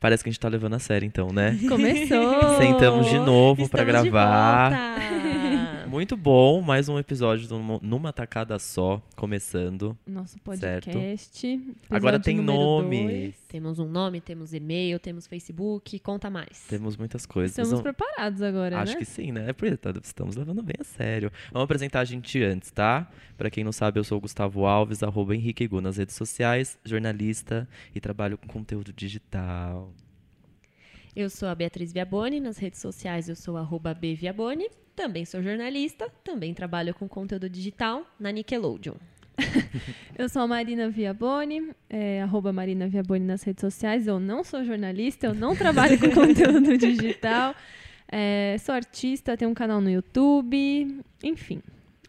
Parece que a gente tá levando a sério, então, né? Começou! Sentamos de novo pra Estamos de gravar. volta! Muito bom, mais um episódio do Mu- numa tacada só, começando. Nosso Certo. podcast. episódio Agora tem número nome. dois. Temos um nome, temos e-mail, temos Facebook, conta mais. Temos muitas coisas. Estamos Vamos- preparados agora, Acho né? que sim, né? Porque tá- estamos levando bem a sério. Vamos apresentar a gente antes, tá? Pra quem não sabe, eu sou o Gustavo Alves, arroba Henrique Gu nas redes sociais, jornalista e trabalho com conteúdo digital. Eu sou a Beatriz Viaboni, nas redes sociais eu sou arroba bviaboni, também sou jornalista, também trabalho com conteúdo digital na Nickelodeon. Eu sou a Marina Viaboni, é, arroba Marina Viaboni nas redes sociais. Eu não sou jornalista, eu não trabalho com conteúdo digital. É, sou artista, tenho um canal no YouTube. Enfim,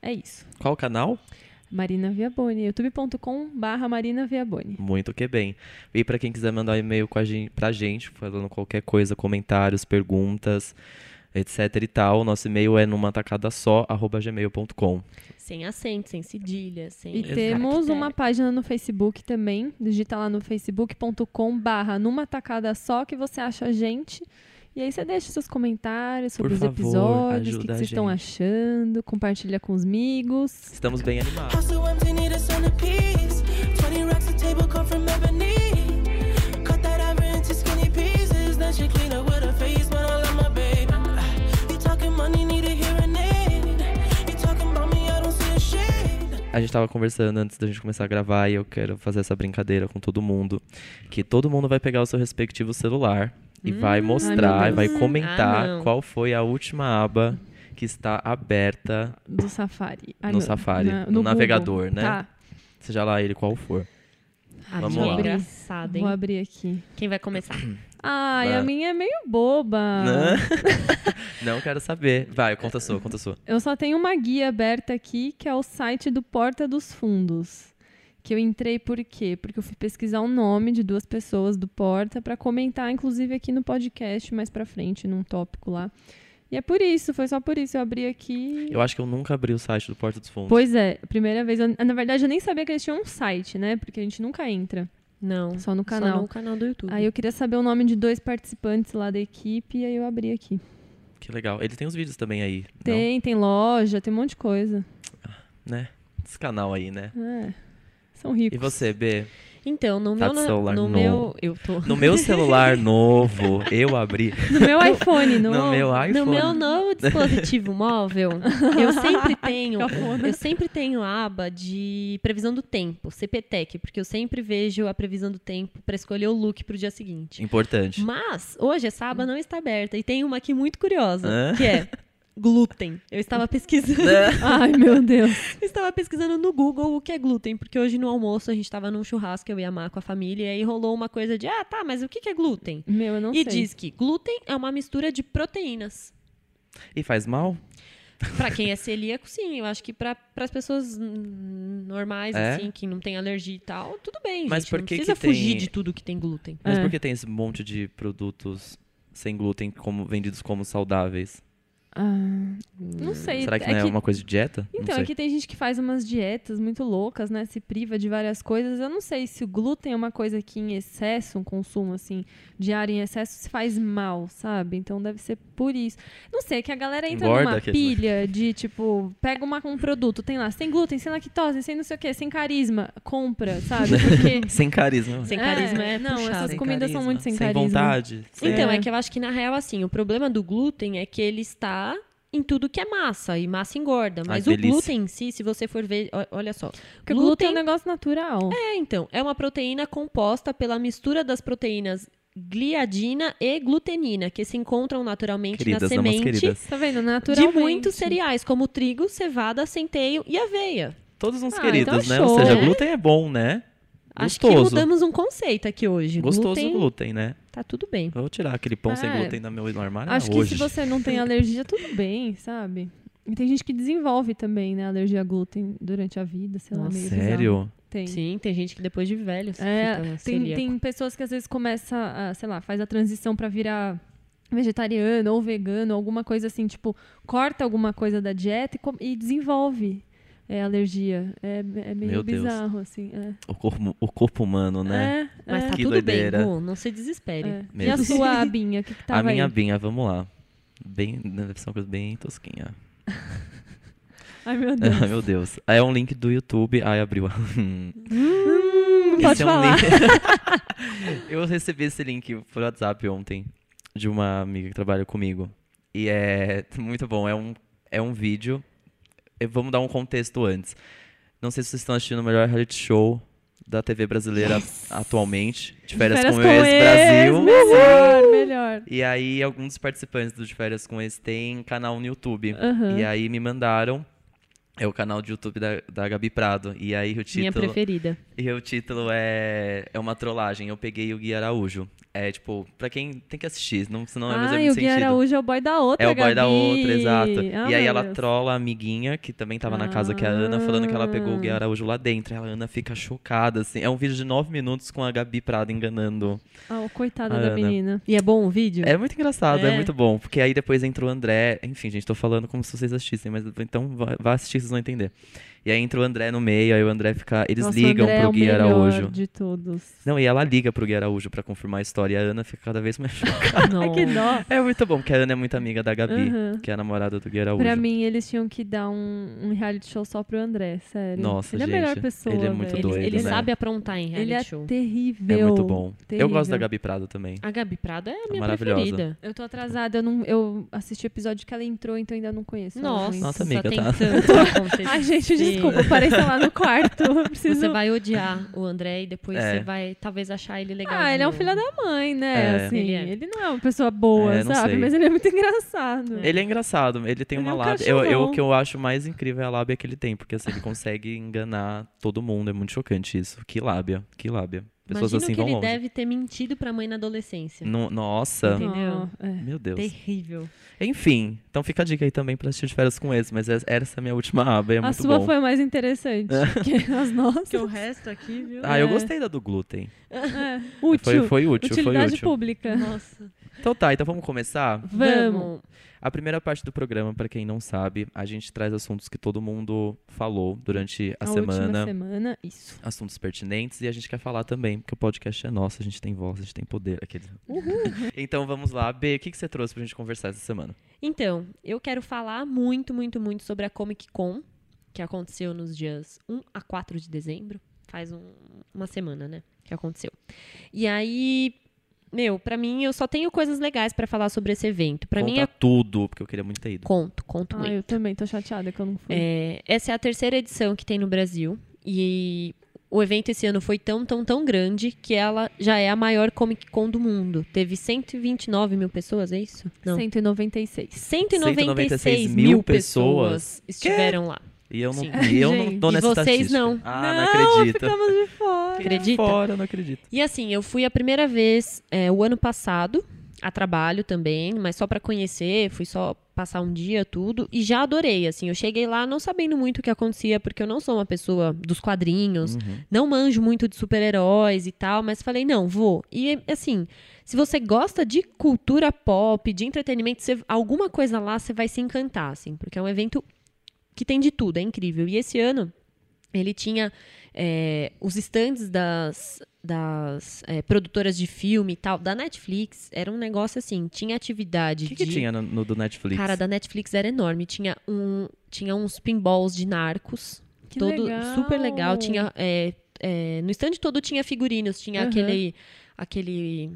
é isso. Qual canal? Marina Viaboni, youtube.com barra Marina Viaboni. Muito que bem. E pra quem quiser mandar um e-mail com a gen- pra gente, falando qualquer coisa, comentários, perguntas, etc e tal, nosso e-mail é numa tacada só, arroba gmail.com. Sem acento, sem cedilha, sem. É. E Exato. temos uma caractere. página no Facebook também. Digita lá no facebook.com barra numa tacada só que você acha a gente. E aí você deixa seus comentários sobre Por os favor, episódios, o ajuda que, que a vocês estão gente. achando, compartilha com os amigos. Estamos bem animados. House so empty, need a centerpiece. 20 racks a table come from ebony. Cut that ivory into skinny pieces. Then she clean up with her face, but I love my baby. You talking money, need a hearing aid. You talking about me, I don't see a shade. A gente tava conversando antes da gente começar a gravar e eu quero fazer essa brincadeira com todo mundo. Que todo mundo vai pegar o seu respectivo celular e vai mostrar, Hum, e Ai, meu vai Deus. comentar Ah, não. qual foi a última aba que está aberta Do Safari. Ai, no meu, Safari, na- no, Google. navegador, né? Tá, Seja lá ele qual for. Ah, Vamos que lá. engraçado, hein? vou abrir aqui. Quem vai começar? Ai, Vai. a minha é meio boba. Né? Ah. Não quero saber. Vai, conta a sua, conta a sua. Eu só tenho uma guia aberta aqui, que é o site do Porta dos Fundos. Que eu entrei por quê? Porque eu fui pesquisar o nome de duas pessoas do Porta para comentar, inclusive, aqui no podcast mais pra frente, num tópico lá. E é por isso, foi só por isso. Eu abri aqui. Eu acho que eu nunca abri o site do Porta dos Fundos. Pois é, primeira vez. eu- na verdade, eu nem sabia que eles tinham um site, né? Porque a gente nunca entra, Não. só no Só canal. no canal do YouTube. Aí eu queria saber o nome de dois participantes lá da equipe, e aí eu abri aqui. Que legal. Ele tem os vídeos também aí, Tem, tem loja, tem um monte de coisa. não? Né? Esse canal aí, né? É, são ricos. E você, B? Então, no Tá meu. de celular no novo. meu. Eu tô. No meu celular novo, eu abri. No meu iPhone, no, No meu iPhone. No meu novo dispositivo móvel, eu sempre tenho, cafona. eu sempre tenho a aba de previsão do tempo, CPTEC, porque eu sempre vejo a previsão do tempo para escolher o look pro dia seguinte. Importante. Mas hoje essa aba não está aberta e tem uma aqui muito curiosa, Hã? que é glúten. Eu estava pesquisando, Ai, meu Deus. eu estava pesquisando no Google o que é glúten, porque hoje no almoço a gente estava num churrasco eu e a Má com a família e aí rolou uma coisa de, ah, tá, mas o que que é glúten? Meu, eu não e sei. diz que glúten é uma mistura de proteínas. E faz mal? Pra quem é celíaco, sim. Eu acho que pra, pras pessoas hum, normais, É? assim, que não tem alergia e tal, tudo bem, Mas gente. por não que que precisa tem- fugir de tudo que tem glúten. Mas É. por que tem esse monte de produtos sem glúten como, vendidos como saudáveis? Ah, não sei. Será que não é, que- uma coisa de dieta? não Então, sei. é que tem gente que faz umas dietas muito loucas, né? Se priva de várias coisas. Eu não sei se o glúten é uma coisa que em excesso, um consumo, assim, diário em excesso, se faz mal, sabe? Então deve ser por isso. Não sei, é que a galera entra Engorda numa aqueles, né? pilha de, tipo, pega uma- um produto, tem lá, sem glúten, sem lactose, sem não sei o quê, sem carisma, compra, sabe? Porque... Sem carisma. Sem carisma é, Não, puxado. essas comidas carisma, são muito sem, sem carisma. vontade. sem- Então, É. é que eu acho que, na real, assim, o problema do glúten é que ele está em tudo que é massa, e massa engorda. Mas que o delícia. glúten em si, se você for ver, o- olha só. Porque o glúten é um negócio natural. É, então, é uma proteína composta pela mistura das proteínas gliadina e glutenina, que se encontram naturalmente na Queridas, não umas semente queridas. Tá vendo? de Naturalmente. muitos cereais, como trigo, cevada, centeio e aveia. Todos uns Ah, queridos, então né? Ou show, seja, né? glúten é bom, né? Acho que Gostoso. é mudamos um conceito aqui hoje. Gostoso glúten, o glúten, né? Tá tudo bem. Eu Vou tirar aquele pão sem É. glúten do meu armário Acho que Ah, né? hoje. se você não tem alergia, tudo bem, sabe? E tem gente que desenvolve também, né? Alergia a glúten durante a vida, sei lá, Nossa, meio bizarro. Sério? Tem. Sim, tem gente que depois de velho É, fica tem, celíaco. tem pessoas que às vezes começa, a, sei lá, faz a transição pra virar vegetariano ou vegano, alguma coisa assim, tipo, corta alguma coisa da dieta e, com- e desenvolve. é, alergia. É, é meio Meu Deus. bizarro, assim. é. O corpo, o corpo humano, né? É, Mas é, tá Que tudo doideira. bem, Gu, não se desespere. é. E Mesmo. a sua abinha, o que, que tava a minha aí? binha, vamos lá. Bem, né, deve ser uma coisa bem tosquinha. Ai, meu Deus. Ah, Meu Deus. É um link do YouTube. Ai, abriu. Hum. Não Esse Hum, pode é um falar. link- eu recebi esse link por WhatsApp ontem de uma amiga que trabalha comigo. E é muito bom. É um, é um vídeo. Eh, Vamos dar um contexto antes. Não sei se vocês estão assistindo o melhor reality show da TV brasileira atualmente. De férias, Férias com o ex-Brasil. Melhor, melhor. E aí, alguns dos participantes do De Férias com Ex têm canal no YouTube. Aham. E aí, me mandaram. É o canal de YouTube da, da Gabi Prado. E aí, o título... Minha preferida. E o título é, é uma trollagem. Eu peguei o Gui Araújo. É tipo, pra quem tem que assistir, não, senão é mais Ah, muito e o Gui sentido. Araújo é o boy da outra, é o boy da Gabi. outra, exato. Ah, e aí meu ela Deus. trola a amiguinha, que também tava na casa que é a Ana, falando que ela pegou o Gui Ah. Araújo lá dentro. Ela, a Ana fica chocada, assim. É um vídeo de nove minutos com a Gabi Prado enganando. Ah, o coitada A da Ana. menina. E é bom o vídeo? É muito engraçado, é. É. muito bom. Porque aí depois entra o André. Enfim, gente, tô falando como se vocês assistissem, mas então vá- vá assistir, vocês vão entender. E aí entra o André no meio, aí o André fica. Eles Nossa, o ligam André é pro o Gui melhor Araújo. de todos. Não, e ela liga pro Gui Araújo pra confirmar a história. E a Ana fica cada vez mais chocada. Não. Ai, que dó. É muito bom, porque a Ana é muito amiga da Gabi, Aham. que é a namorada do Gui Araújo. Pra mim, eles tinham que dar um, um reality show só pro André, sério. Nossa, ele é gente, a melhor pessoa. ele é muito velho. Ele, doido, ele né? sabe aprontar em reality Ele é show. terrível. é muito bom. Eu gosto da terrível. Ah, Gabi Prado também. A Gabi Prado é a minha Tá maravilhosa. preferida. Eu tô atrasada, eu, não, eu assisti o episódio que ela entrou, então ainda não conheço. ela Nossa, muito. Nossa, amiga, tem tá. tanto pra acontecer. Ai, gente, desculpa, eu parei, sei lá, no quarto. eu preciso... Você vai odiar o André e depois É. você vai talvez achar ele legal. Ah, de ele é um novo. filho da mãe, né? É. Assim, Ele ele, é. não é uma pessoa boa, É, não sabe? sei. Mas ele é muito engraçado. Ele é engraçado, ele tem Ele uma é um lábia. Eu, eu- o cachorrão. que eu acho mais incrível é a lábia que ele tem, porque assim, ele consegue enganar todo mundo. É muito chocante isso. Que lábia, que lábia. Pessoas Imagino assim que vão ele longe. deve ter mentido pra mãe na adolescência. No- nossa, Entendi. Ó, é. meu Deus. Terrível. Enfim, então fica a dica aí também pra assistir de férias com esse, mas essa essa é a minha última aba, é A muito sua bom. É. foi mais interessante que as nossas. resto aqui, viu? Ah, eu É. gostei da do glúten. É, Foi, útil. foi útil, Utilidade foi útil. pública. Nossa. Então tá, então vamos começar? Vamos. A primeira parte do programa, pra quem não sabe, a gente traz assuntos que todo mundo falou durante a, última semana, semana, isso. assuntos pertinentes, e a gente quer falar também, porque o podcast é nosso, a gente tem voz, a gente tem poder. Aquele... então vamos lá, B, o que, que você trouxe pra gente conversar essa semana? Então, eu quero falar muito, muito, muito sobre a Comic Con, que aconteceu nos dias 1 a 4 de dezembro. Faz um- uma semana, né? Que aconteceu. E aí, meu, pra mim, eu só tenho coisas legais pra falar sobre esse evento. Pra Conta mim é tudo, porque eu queria muito ter ido. conto, conto Ah, muito. eu também tô chateada que eu não fui. É, essa é a terceira edição que tem no Brasil. E o evento esse ano foi tão, tão, tão grande que ela já é a maior Comic Con do mundo. Teve 129 mil pessoas, é isso? 196. 196 196 mil mil pessoas estiveram lá. E eu não, Sim. e eu não tô E nessa vocês estatística. não. Ah, não, acredito. Ficamos de fora. Acredita? Fora, não acredito. E assim, eu fui a primeira vez é, o ano passado, a trabalho também, mas só pra conhecer, fui só passar um dia, tudo, e já adorei, assim, eu cheguei lá não sabendo muito o que acontecia, porque eu não sou uma pessoa dos quadrinhos, não manjo muito de super-heróis e tal, mas falei, não, vou. E assim, se você gosta de cultura pop, de entretenimento, você- alguma coisa lá você vai se encantar, assim, porque é um evento que tem de tudo, é incrível. E esse ano ele tinha é, os estandes das, das é, produtoras de filme e tal, da Netflix, era um negócio assim, tinha atividade O que, que de... tinha no, no do Netflix? Cara, da Netflix era enorme, tinha, um, tinha uns pinballs de narcos, Que todo legal. super legal, tinha... é, é, no stand todo tinha figurinos, tinha Aham. aquele... aquele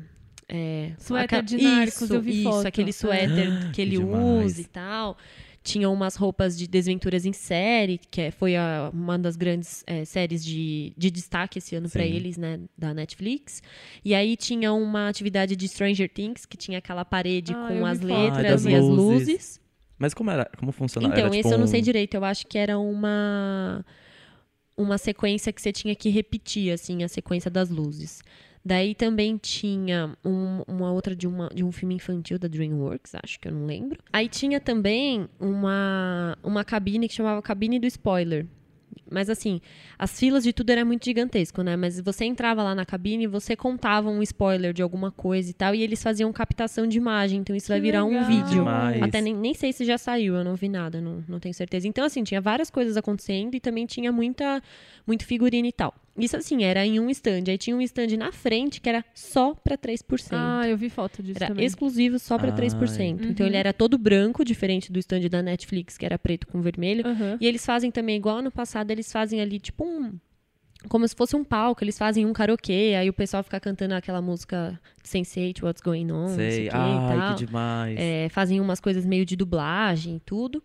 é, Suéter aca- de narcos, isso, eu vi isso, foto. aquele suéter que ele Ah, demais. usa e tal tinham umas roupas de desventuras em série, que é- foi a- uma das grandes eh, séries de, de destaque esse ano para Sim. eles, né, da Netflix. E aí tinha uma atividade de Stranger Things, que tinha aquela parede Ah, eu com vi as foto letras também. e as Ah, das luzes. luzes. Mas como era? Como funcionava? Então, era, esse tipo, eu não um- sei direito, eu acho que era uma uma sequência que você tinha que repetir, assim, a sequência das luzes. Daí também tinha um- uma outra de, uma, de um filme infantil da DreamWorks, acho que eu não lembro. Aí tinha também uma, uma cabine que chamava Cabine do Spoiler. Mas assim, as filas de tudo era muito gigantesco, né? Mas você entrava lá na cabine e você contava um spoiler de alguma coisa e tal, e eles faziam captação de imagem, então isso vai virar um legal. vídeo. Demais. Até nem, nem sei se já saiu, eu não vi nada, não, não tenho certeza. Então, assim, tinha várias coisas acontecendo e também tinha muita muito figurino e tal. Isso, assim, era em um stand. Aí tinha um stand na frente que era só pra 3%. Ah, eu vi foto disso Era também. exclusivo só pra Ah, 3%. Então Uhum. ele era todo branco, diferente do stand da Netflix, que era preto com vermelho. Aham. E eles fazem também, igual ano passado, eles fazem ali tipo um. Como se fosse um palco, eles fazem um karaokê, aí o pessoal fica cantando aquela música Sense8, What's Going On, não sei Sei. o quê e Ai, tal. que demais. É, fazem umas coisas meio de dublagem e tudo.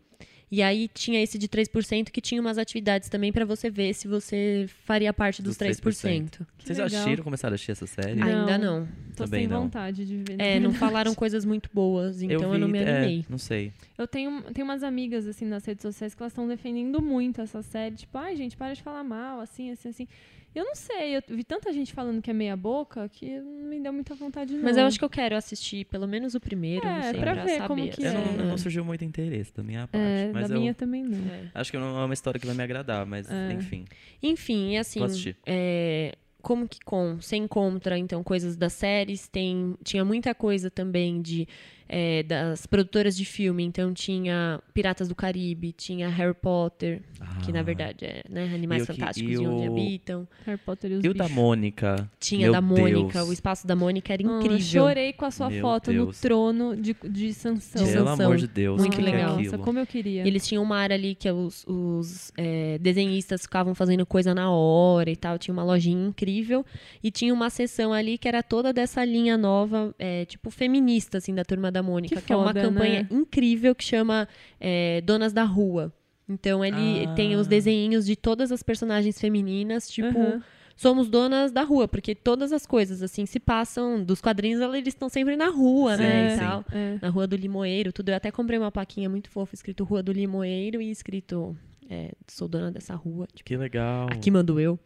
E aí tinha esse de 3% que tinha umas atividades também pra você ver se você faria parte dos, Dos 3%. 3%. Que Vocês legal. assistiram, começaram a assistir essa série? Ai, Ainda Não. não. Tô Também sem não. vontade de ver. É, não falaram coisas muito boas, então eu, vi, não me é, animei. não sei. Eu tenho, tenho umas amigas, assim, nas redes sociais que elas estão defendendo muito essa série. Tipo, ai, gente, para de falar mal, assim, assim, assim. Eu não sei, eu vi tanta gente falando que é meia boca que não me deu muita vontade, não. Mas eu acho que eu quero assistir pelo menos o primeiro, É, não sei, assim. pra pra, ver saber. como que Eu é. não, não surgiu muito interesse da minha parte. É, mas da eu minha também não. É. acho que não é uma história que vai me agradar, mas É. enfim. Enfim, e assim. Vou assistir. é, como que com? Você encontra, então, coisas das séries, tem, tinha muita coisa também de é, das produtoras de filme, então tinha Piratas do Caribe, tinha Harry Potter, que na Ah. verdade é né, Animais E o que- Fantásticos e e Onde o- Habitam. Harry Potter e os E o da bichos. Mônica? Tinha Meu da Mônica, Deus. o espaço da Mônica era Ah, eu incrível. chorei com a sua Meu foto no Deus. trono de, de Sansão. De Sansão. Pelo amor de Deus, Muito o que que legal. É Nossa, aquilo? como eu queria. E eles tinham uma área ali que é os, os, é, desenhistas ficavam fazendo coisa na hora e tal. Tinha uma lojinha incrível. E tinha uma sessão ali que era toda dessa linha nova, é, tipo feminista, assim, da Turma da Mônica. Que Que, é uma foda, campanha né? incrível que chama é, Donas da Rua. Então, ele Ah. tem os desenhinhos de todas as personagens femininas, tipo... Aham. Somos donas da rua, porque todas as coisas, assim, se passam dos quadrinhos, eles estão sempre na rua, Sim, né? E sim. tal É. na Rua do Limoeiro, tudo. Eu até comprei uma plaquinha muito fofa escrito Rua do Limoeiro e escrito é, sou dona dessa rua, tipo, Que legal. aqui mando eu.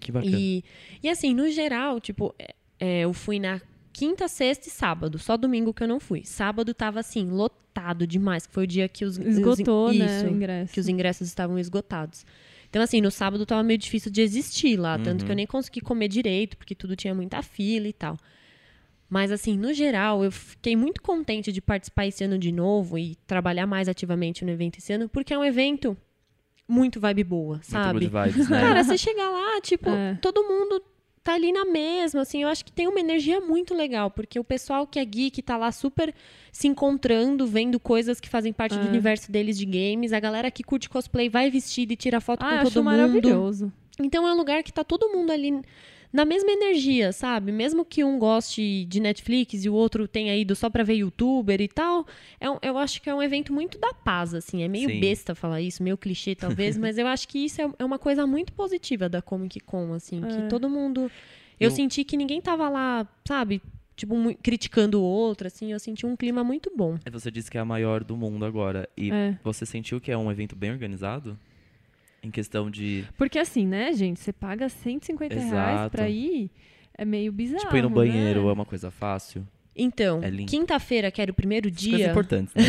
Que Hum. bacana. E, e assim, no geral, tipo, é, é, eu fui na quinta, sexta e sábado, só domingo que eu não fui. Sábado tava assim, lotado demais, que foi o dia que os Esgotou, os, in- né, o isso, ingresso. que os ingressos estavam esgotados. Então, assim, no sábado tava meio difícil de existir lá, tanto que eu nem consegui comer direito, porque tudo tinha muita fila e tal. Mas, assim, no geral, eu fiquei muito contente de participar esse ano de novo e trabalhar mais ativamente no evento esse ano, porque é um evento muito vibe boa, Muito sabe? É. good vibes, né? Cara, você chegar lá, tipo, É. todo mundo tá ali na mesma, assim, eu acho que tem uma energia muito legal, porque o pessoal que é geek tá lá super se encontrando, vendo coisas que fazem parte do É. universo deles de games, a galera que curte cosplay vai vestida e tira foto Ah, eu com acho todo mundo. maravilhoso. Então é um lugar que tá todo mundo ali na mesma energia, sabe? Mesmo que um goste de Netflix e o outro tenha ido só pra ver youtuber e tal, é um- eu acho que é um evento muito da paz, assim. É meio Sim. besta falar isso, meio clichê talvez, mas eu acho que isso é, é uma coisa muito positiva da Comic Con, assim. É. Que todo mundo... Eu, Eu- senti que ninguém tava lá, sabe? Tipo, mu- criticando o outro, assim. Eu senti um clima muito bom. É, Você disse que é a maior do mundo agora. E É. você sentiu que é um evento bem organizado? Em questão de, Porque assim, né, gente, você paga 150 reais Exato. pra ir, é meio bizarro, tipo, ir no né? banheiro é uma coisa fácil? Então, É limpo. quinta-feira, que era o primeiro As Coisas dia... importantes, né?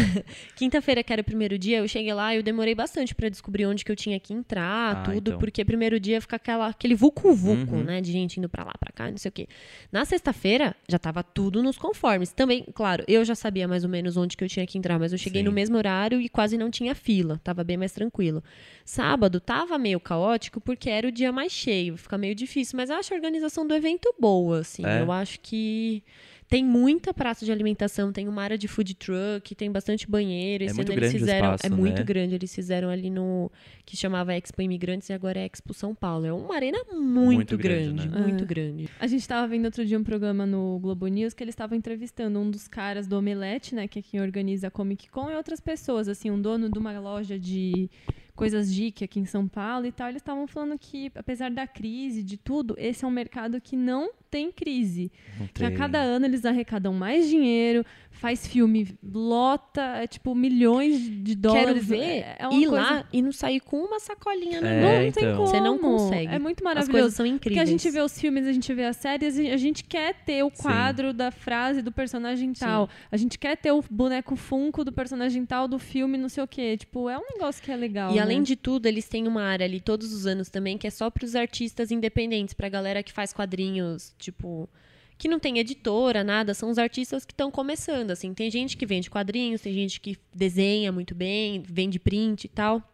Quinta-feira, que era o primeiro dia, eu cheguei lá e eu demorei bastante pra descobrir onde que eu tinha que entrar, Ah, tudo, então. porque primeiro dia fica aquela, aquele vucu-vucu, Uhum. né? De gente indo pra lá, pra cá, não sei o quê. Na sexta-feira, já tava tudo nos conformes. Também, claro, eu já sabia mais ou menos onde que eu tinha que entrar, mas eu cheguei Sim. no mesmo horário e quase não tinha fila, tava bem mais tranquilo. Sábado tava meio caótico porque era o dia mais cheio, fica meio difícil, mas eu acho a organização do evento boa, assim. É? Eu acho que tem muita praça de alimentação, tem uma área de food truck, tem bastante banheiro. É Esse muito ano grande o eles fizeram, é espaço, muito né? grande, eles fizeram ali no que chamava Expo Imigrantes e agora é Expo São Paulo. É uma arena muito, Muito grande, grande, né? muito É. grande. A gente tava vendo outro dia um programa no Globo News que eles estavam entrevistando um dos caras do Omelete, né, que é quem organiza a Comic Con, e outras pessoas, assim, um dono de uma loja de coisas geek aqui em São Paulo e tal. Eles estavam falando que, apesar da crise, de tudo, esse é um mercado que não tem crise. Não Que a tem. cada ano eles arrecadam mais dinheiro, faz filme, lota, é, tipo, milhões de Quero dólares. ver É- é uma ir coisa- lá e não sair com uma sacolinha na É, Não, mão. não tem então. como. Você não consegue. É muito As maravilhoso. coisas são Porque incríveis. a gente vê os filmes, a gente vê as séries, e a gente quer ter o quadro da frase do personagem tal. A gente quer ter o boneco Funko do personagem tal do filme, não sei o quê. Tipo, é um negócio que é legal. E além né? de tudo, eles têm uma área ali todos os anos também que é só pros artistas independentes, pra galera que faz quadrinhos, tipo, que não tem editora, nada, são os artistas que estão começando, assim. Tem gente que vende quadrinhos, tem gente que desenha muito bem, vende print e tal.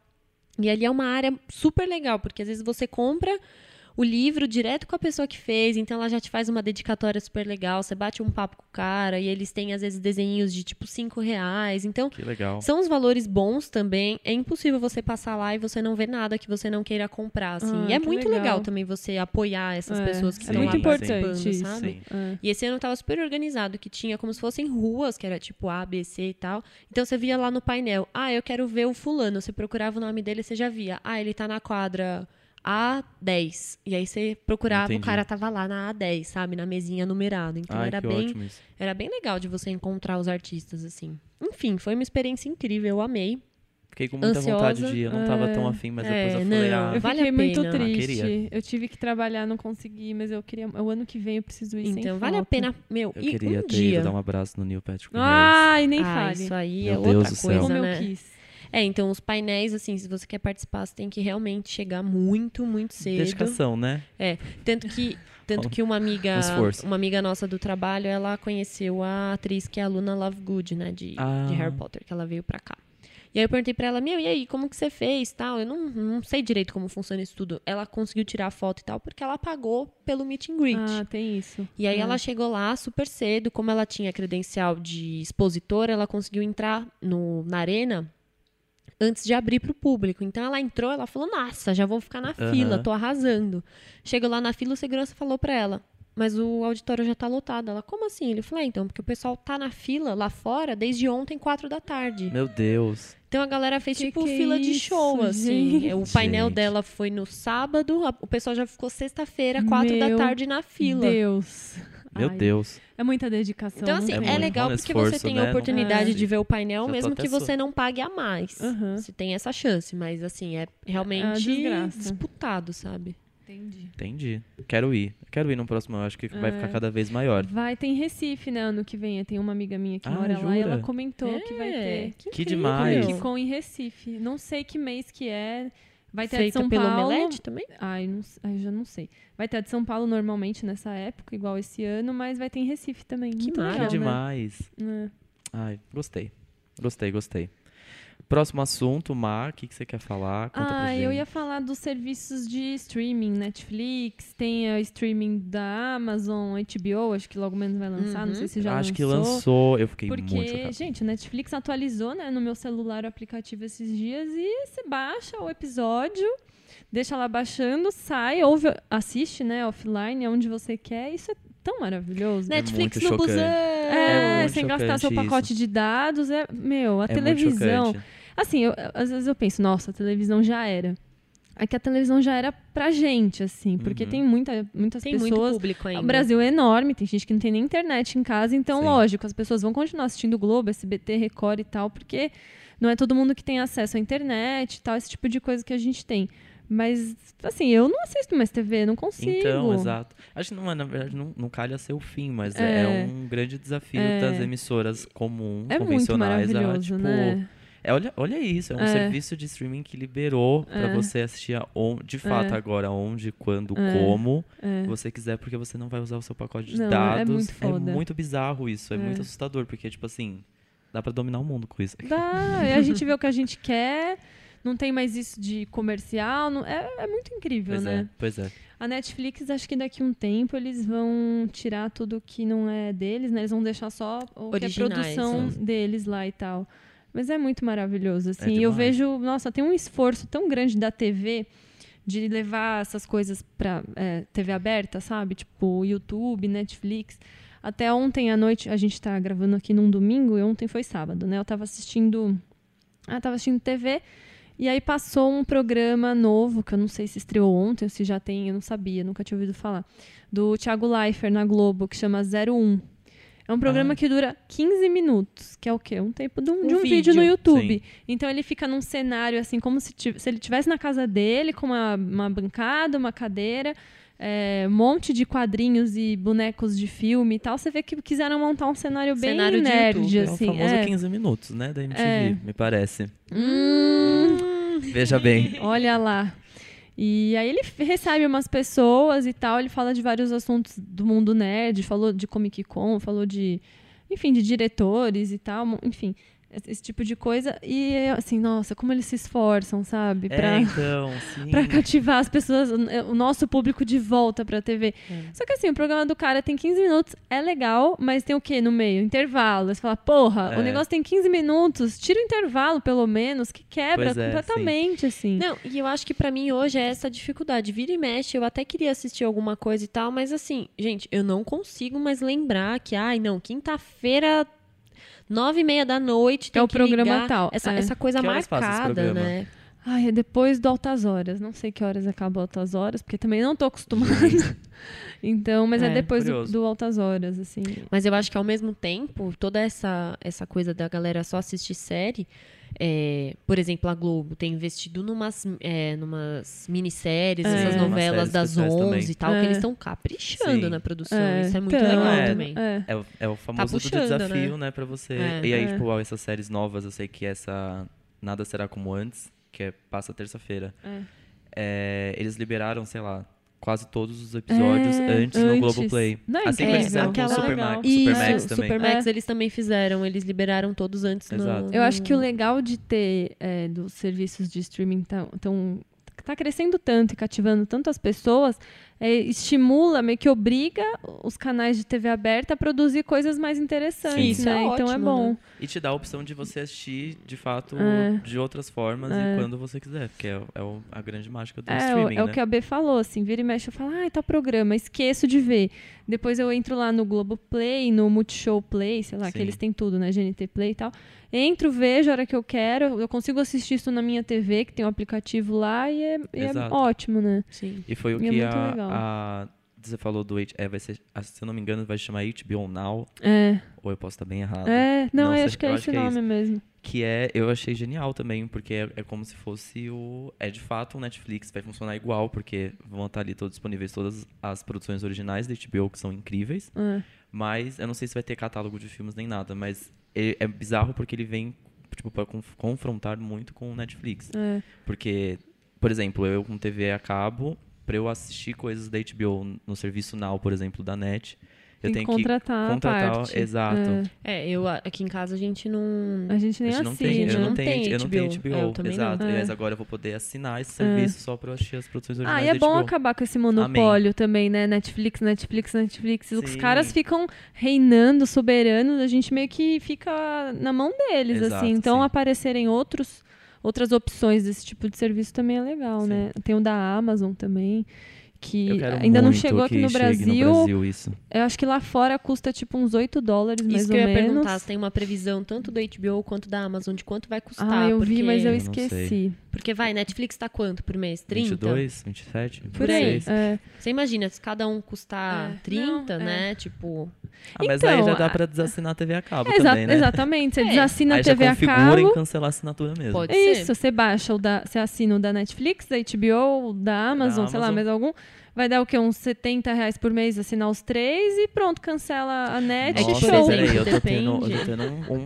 E ali é uma área super legal, porque às vezes você compra o livro direto com a pessoa que fez, então ela já te faz uma dedicatória super legal, você bate um papo com o cara, e eles têm às vezes desenhos de tipo cinco reais, então Que legal. são os valores bons também. É impossível você passar lá e você não ver nada que você não queira comprar, assim. Ah, e é que muito legal. legal também você apoiar essas É, pessoas que é estão muito lá importante participando, isso. sabe? Sim. É. E esse ano tava super organizado, que tinha como se fossem ruas, que era tipo A, B, C e tal. Então você via lá no painel, ah, eu quero ver o fulano. Você procurava o nome dele, você já via. Ah, ele tá na quadra A10. E aí você procurava, Entendi. o cara tava lá na A10, sabe? Na mesinha numerada. Então Ai, era que bem ótimo isso. era bem legal de você encontrar os artistas, assim. Enfim, foi uma experiência incrível, eu amei. Fiquei com muita vontade ansiosa, de ir. Eu não tava tão afim, mas depois é, eu falei, não, ah, Eu Vale fiquei a muito pena. Ah, triste. queria. eu tive que trabalhar, não consegui, mas eu queria. O ano que vem eu preciso ir. sem então, vale a falta. pena, meu, eu e queria um ter dia. ido dar um abraço no Neil Patrick Harris. Ai, nem ah, fale. isso aí é Meu outra Deus do céu. coisa, Como né? eu quis. É, então os painéis, assim, se você quer participar, você tem que realmente chegar muito, muito cedo. Dedicação, né? Tanto que, tanto que uma amiga, Um esforço. uma amiga nossa do trabalho, ela conheceu a atriz que é a Luna Lovegood, né, de, Ah. de Harry Potter, que ela veio pra cá. E aí eu perguntei pra ela, meu, e aí, como que você fez, tal? Eu não, não sei direito como funciona isso tudo. Ela conseguiu tirar a foto e tal, porque ela pagou pelo meet and greet. Ah, tem isso. E aí É. ela chegou lá super cedo, como ela tinha credencial de expositora, ela conseguiu entrar no, na arena antes de abrir para o público. Então ela entrou, ela falou: "Nossa, já vou ficar na Aham. fila, tô arrasando". Chegou lá na fila, o segurança falou para ela: "Mas o auditório já tá lotado". Ela: "Como assim?". Ele falou: "É, "Então, porque o pessoal tá na fila lá fora desde ontem, quatro da tarde". Meu Deus. Então a galera fez Que tipo que é fila de isso, show, assim. gente? O painel Gente. dela foi no sábado, a- o pessoal já ficou sexta-feira, quatro da Meu tarde na fila. Deus. Meu Ai, Deus. É muita dedicação. Então, assim, É é, muito legal bom porque esforço, você tem né? a Não- oportunidade É. de ver o painel, Já tô mesmo até que su- você não pague a mais. Aham. Você tem essa chance, mas assim, é realmente desgraça. disputado, sabe? Entendi. Entendi. Quero ir. Quero ir no próximo. Eu acho que vai ficar É. cada vez maior. Vai, tem Recife, né? Ano que vem. Tem uma amiga minha que Ah, mora lá e ela jura? comentou que vai É, ter Que incrível. demais. Comic Con em Recife. Não sei que mês que é. Vai ter a de Feita São pelo Paulo. Omelete também? É Ai, não, s- ai, já não sei. Vai ter a de São Paulo normalmente nessa época, igual esse ano, mas vai ter em Recife também. Que Muito mara. Que legal, né? demais. É. Ai, gostei. Gostei, gostei. Próximo assunto, Mar, o que, que você quer falar? Conta pra Ah, gente. eu ia falar dos serviços de streaming, Netflix, tem a streaming da Amazon, HBO, acho que logo menos vai lançar, não Uhum. sei se já Acho lançou. que lançou, eu fiquei muito Porque, chocado. gente, a Netflix atualizou né, no meu celular o aplicativo esses dias e você baixa o episódio, deixa lá baixando, sai, ouve, assiste, né, offline, aonde você quer. Isso é tão Né? maravilhoso. Netflix muito no chocante. busão! É, muito sem gastar seu chocante pacote de dados, é, meu, a É muito televisão. chocante. Assim, eu- às vezes eu penso, nossa, a televisão já era. É que a televisão já era pra gente, assim, porque Uhum. tem muita, muitas Tem muito pessoas público ainda. o Brasil é enorme, tem gente que não tem nem internet em casa, então, Sim. lógico, as pessoas vão continuar assistindo Globo, SBT, Record e tal, porque não é todo mundo que tem acesso à internet e tal, esse tipo de coisa que a gente tem. Mas, assim, eu não assisto mais TV, não consigo. Então, exato. Acho que não, é, na verdade, não, não calha ser o fim, mas é, É. é um grande desafio É. das emissoras comuns, É muito convencionais. a, maravilhoso, tipo, né? é, olha, olha isso, é um É. serviço de streaming que liberou pra É. você assistir aon- de fato agora, onde, quando, É. como É. você quiser, porque você não vai usar o seu pacote de Não, é dados. muito foda. muito bizarro isso, é, É. muito assustador, porque, tipo assim, dá pra dominar o mundo com isso. Dá, e a gente vê o que a gente quer, não tem mais isso de comercial, não- é, é muito incrível, Pois né? é, pois é. A Netflix, acho que daqui a um tempo eles vão tirar tudo que não é deles, né? Eles vão deixar só o que é Originais, produção deles lá e tal. Mas é muito maravilhoso, assim. E eu demais. vejo, nossa, tem um esforço tão grande da TV de levar essas coisas pra é, TV aberta, sabe? Tipo, YouTube, Netflix. Até ontem à noite, a gente tá gravando aqui num domingo, e ontem foi sábado, né? Eu tava assistindo. Ah, tava assistindo TV. E aí passou um programa novo, que eu não sei se estreou ontem ou se já tem, eu não sabia, nunca tinha ouvido falar, do Thiago Leifert na Globo, que chama 01. É um programa Ah. que dura 15 minutos, que é o quê? Um tempo de um, Um de um vídeo. no vídeo. YouTube. Sim. Então ele fica num cenário assim, como se, ti- se ele estivesse na casa dele, com uma, uma bancada, uma cadeira, é, um monte de quadrinhos e bonecos de filme e tal. Você vê que quiseram montar um cenário bem Cenário de nerd, YouTube, É o assim. famoso é. 15 minutos, né? Da MTV, É. me parece. Hum, Veja bem. Olha lá. E aí ele f- recebe umas pessoas e tal, ele fala de vários assuntos do mundo nerd, falou de Comic Con, falou de, enfim, de diretores e tal, mo- enfim, esse esse tipo de coisa. E é assim, nossa, como eles se esforçam, sabe, É, pra então, sim. para cativar as pessoas, é, o o nosso público de volta pra TV. É. Só que assim, o programa do cara tem 15 minutos, é legal, mas tem o quê no meio? Intervalo. Você fala, porra, o É. negócio tem 15 minutos, tira o intervalo pelo menos, que quebra Pois é, completamente, assim. Não, e eu acho que pra mim hoje é essa dificuldade. Vira e mexe, eu até queria assistir alguma coisa e tal, mas assim, gente, eu não consigo mais lembrar que, ai, não, quinta-feira, nove e meia da noite, tem É o que programa ligar. tal, Essa, é. essa coisa Que horas passa esse marcada, programa? né? Ai, é depois do Altas Horas. Não sei que horas acaba Altas Horas, porque também não tô acostumada. então, mas é, É, depois do, curioso. do Altas Horas, assim. Mas eu acho que ao mesmo tempo, toda essa, essa coisa da galera só assistir série, é, por exemplo, a Globo tem investido numas, é, numas minisséries, É. essas Numas novelas séries das especiais 11 também. e tal, É. que eles estão caprichando Sim. na produção. É, Isso é muito então, legal é. também. É. É, o- é o famoso do puxando, desafio, né? pra você. É. e aí, É. tipo, essas séries novas, eu sei que essa Nada Será Como Antes, que é, passa terça-feira. É. É, eles liberaram, sei lá, quase todos os episódios É, antes, no antes. Globoplay. Não é assim que incrível? eles fizeram com o Aquela- Superma- Legal. Supermax Isso, também. Supermax É. eles também fizeram, eles liberaram todos antes no- Exato. Eu acho que o legal de ter é, dos serviços de streaming tão, tão tá crescendo tanto e cativando tanto as pessoas, é, estimula, meio que obriga os canais de TV aberta a produzir coisas mais interessantes, Sim. Isso né? é então é ótimo, bom. né? E te dá a opção de você assistir, de fato, É. de outras formas É. e quando você quiser. Porque é, o- é o- a grande mágica do É, o- streaming, é o né? que a B falou, assim, vira e mexe, eu falo, ai, tá programa, esqueço de ver. Depois eu entro lá no Globoplay, no Multishow Play, sei lá, que Sim. eles têm tudo, né, GNT Play e tal. Entro, vejo a hora que eu quero, eu consigo assistir isso na minha TV, que tem um aplicativo lá, e é, e é Exato. ótimo, né? Sim. E foi o E é que muito a, legal. a- Você falou do... H- É, vai ser, ah, se eu não me engano, vai se chamar HBO Now. É, Ou eu posso estar bem errado. é, não, Não, eu sei, acho que é eu esse acho que é nome mesmo. Que é... Eu achei genial também, porque é, é como se fosse o... É de fato um Netflix. Vai funcionar igual, porque vão estar ali todos disponíveis todas as produções originais da HBO, que são incríveis. É. Mas eu não sei se vai ter catálogo de filmes nem nada, mas ele- é bizarro porque ele vem tipo para confrontar muito com o Netflix, É. porque por exemplo, eu com TV a cabo, para eu assistir coisas da HBO no serviço Now, por exemplo, da Net, eu Tem tenho que contratar que contratar, a parte. exato. É. É, eu, a- aqui em casa a gente não. A gente nem A gente não assina. tem, eu né? não Não tenho, tem eu não tenho HBO. HBO, É, eu também não. exato. É. Mas agora eu vou poder assinar esse serviço só para eu assistir as produções Ah, originais e é da bom HBO. acabar com esse monopólio também, né? Netflix, Netflix, Netflix. Os Sim. caras ficam reinando, soberanos, a gente meio que fica na mão deles, Exato, assim. Então, sim. aparecerem outros, outras opções desse tipo de serviço também é legal, Sim. né? Tem o da Amazon também, que Eu quero ainda não muito chegou aqui que no chegue Brasil. Brasil isso. Eu acho que lá fora custa tipo uns 8 dólares, mais Isso que ou eu ia menos. perguntar, se tem uma previsão tanto do HBO quanto da Amazon de quanto vai custar. ah, eu porque, vi, mas eu Eu não sei. esqueci. Porque vai, Netflix tá quanto por mês? 30? 22, 27, 26. Por aí. É. Você imagina, se cada um custar É, 30, não, é. né? Tipo. Ah, mas aí Então, já dá a- para desassinar a TV a cabo Exa- também, né? Exatamente, você É. desassina Aí a já TV a configura cabo. em cancelar a assinatura mesmo. Pode É ser. Isso, você baixa o da, você assina o da Netflix, da HBO, da Amazon, sei lá, Amazon. mais algum. Vai dar o quê? Uns 70 reais por mês assinar os três e pronto, cancela a net É e que, Nossa, show. por peraí, eu tô Depende. tendo, eu tô tendo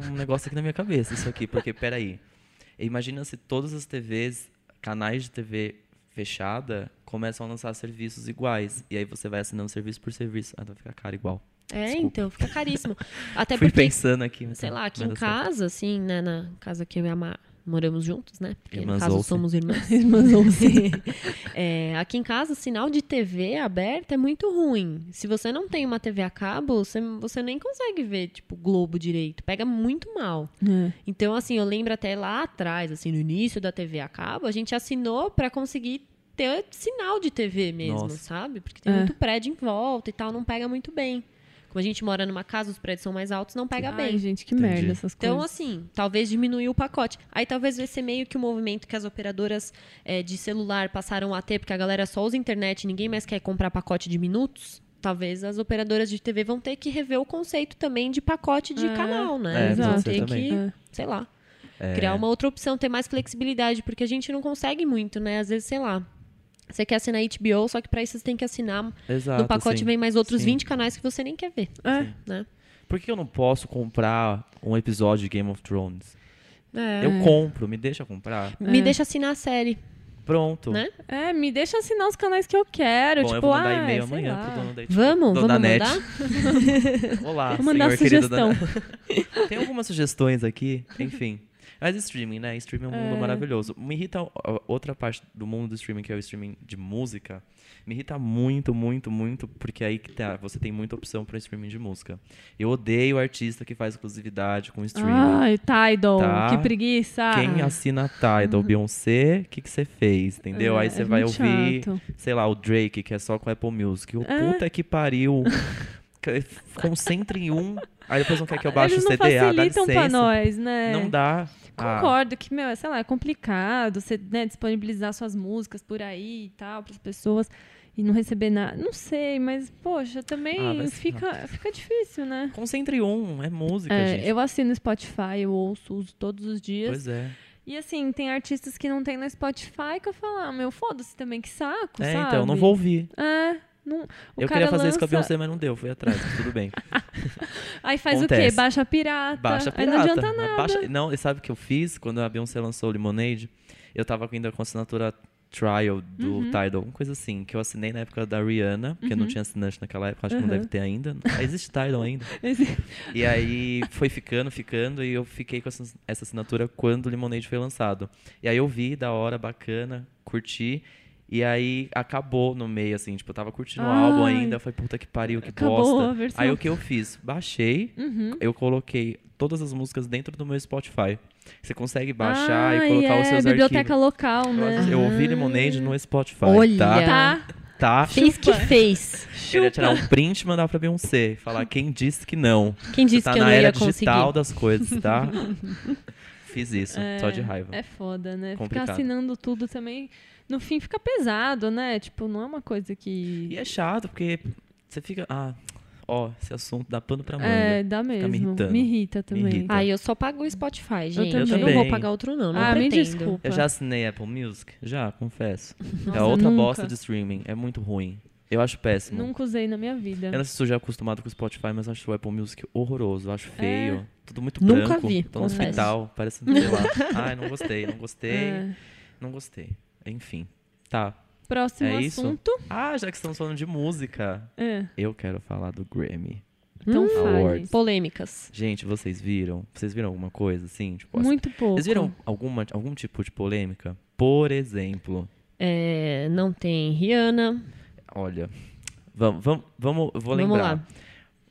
um, um negócio aqui na minha cabeça, isso aqui, porque peraí. Imagina se todas as TVs, canais de TV fechada, começam a lançar serviços iguais. E aí você vai assinando serviço por serviço. Ah, vai ficar caro igual. É, Desculpa. então, fica caríssimo. Até Fui porque, pensando aqui. mas tá sei não lá, aqui vai em dar certo. casa, assim, né? Na casa que eu e a Mar moramos juntos, né? Porque Irmãs no caso Olsen. somos irmãs. Irmãs Olsen. É, aqui em casa, sinal de TV aberta é muito ruim. Se você não tem uma TV a cabo, você, você nem consegue ver, tipo, Globo direito. Pega muito mal. É. Então, assim, eu lembro até lá atrás, assim, no início da TV a cabo, a gente assinou pra conseguir ter sinal de TV mesmo, Nossa. sabe? Porque tem É. muito prédio em volta e tal, não pega muito bem. Como a gente mora numa casa, os prédios são mais altos, não pega Ai, bem. gente, que Entendi. merda essas Então, coisas. assim, talvez diminuir o pacote. Aí talvez vai ser meio que o movimento que as operadoras eh, de celular passaram a ter, porque a galera só usa internet e ninguém mais quer comprar pacote de minutos. Talvez as operadoras de TV vão ter que rever o conceito também de pacote de É, canal, né? é, vão pode ser ter também. que, É. sei lá, É, criar uma outra opção, ter mais flexibilidade, porque a gente não consegue muito, né? Às vezes, sei lá. Você quer assinar HBO, só que pra isso você tem que assinar. exato, assim, no um pacote sim. vem mais outros Sim. 20 canais que você nem quer ver, É. né? Por que eu não posso comprar um episódio de Game of Thrones? É. Eu compro, me deixa comprar. Me É. deixa assinar a série, Pronto. né? É, me deixa assinar os canais que eu quero. Bom, tipo, eu vou mandar ah, e-mail sei amanhã lá. pro dono da HBO. Dono Vamos, da vamos net. mandar? Olá, Vou mandar senhor querido da sugestão. net. Tem algumas sugestões aqui, enfim. Mas streaming, né? Streaming é um mundo É. maravilhoso. Me irrita o- o- outra parte do mundo do streaming, que é o streaming de música. Me irrita muito, muito, muito, porque aí que tá, você tem muita opção para streaming de música. Eu odeio o artista que faz exclusividade com streaming. Ai, Tidal, Tá. que preguiça. Ah, Quem assina Tidal, Beyoncé, o que que você fez, entendeu? Uhum. É, Aí você é vai muito ouvir, chato. sei lá, o Drake, que é só com Apple Music. O É. puta que pariu. Que- Concentra em um, aí depois não quer que eu baixe Eles o não CD. Ah, dá facilitam pra licença. nós, né? Não dá. Ah, Concordo que, meu, é, sei lá, é complicado você né, disponibilizar suas músicas por aí e tal, pras pessoas, e não receber nada. Não sei, mas, poxa, também Ah, vai se fica, fica difícil, né? Concentra em um, é música, É, gente. eu assino Spotify, eu ouço, uso todos os dias. Pois é. E assim, tem artistas que não tem no Spotify que eu falo, ah, meu, foda-se também, que saco, É, sabe? então, não vou ouvir. É, não- o eu cara queria fazer isso com a lança- Beyoncé, mas não deu. Fui atrás, mas tudo bem. Aí faz o quê? Acontece. Baixa pirata. Baixa tá. Aí pirata. né? não adianta nada. Baixa- Não, e sabe o que eu fiz quando a Beyoncé lançou o Lemonade? Eu tava ainda com a assinatura trial do Uhum. Tidal, uma coisa assim, que eu assinei na época da Rihanna, porque eu não tinha assinante naquela época, acho que não Uhum. deve ter ainda. Ah, Existe Tidal ainda. Esse- E aí foi ficando, ficando, e eu fiquei com essa essa assinatura quando o Lemonade foi lançado. E aí eu vi, da hora, bacana, curti. E aí acabou no meio, assim, tipo, eu tava curtindo o álbum Ai. ainda, foi puta que pariu, que Acabou bosta. a versão. Uhum. Aí o que eu fiz? Baixei, eu coloquei todas as músicas dentro do meu Spotify. Você consegue baixar Ah, e colocar é, os seus biblioteca arquivos. local, Eu, né? ass- eu ouvi Lemonade no Spotify, Olha! tá? Tá, Tá? Fez que fez. Queria tirar um print e mandar pra Beyoncé. Falar quem disse que não. Quem disse tá que eu na não era ia digital conseguir? das coisas, tá? Fiz isso, só de raiva. é foda, né? Complicado. Ficar assinando tudo também, no fim fica pesado, né? Tipo, não é uma coisa E que... é chato, porque você fica... Ah, ó, esse assunto dá pano pra manga. É, dá mesmo. né? me irritando. me irrita também. irrita. Ah, eu só pago o Spotify, também. gente. Eu, Eu não também. vou pagar outro, não. Não Ah, me pretendo. desculpa. Eu já assinei Apple Music, já, confesso. é Nossa, outra nunca. bosta de streaming, é muito ruim. Eu acho péssimo. Ah, Nunca usei na minha Eu vida. não sei se eu já é acostumado com o Spotify, mas eu acho o Apple Music horroroso. Eu acho feio. Tudo muito Nunca branco. vi, Tô no confesso. hospital, parece, sei lá. Ai, não gostei, não gostei, É. não gostei. Enfim, tá. Próximo É isso? assunto. Ah, já que estamos falando de música, É. eu quero falar do Grammy. Então Hum. fale. Awards. Polêmicas. Gente, vocês viram? Vocês viram alguma coisa, assim? Tipo, assim, Muito pouco. Vocês viram alguma, algum tipo de polêmica? Por exemplo, É, não tem Rihanna. olha... Vamos, vamos, vamos, eu vou Vamos lembrar. lá.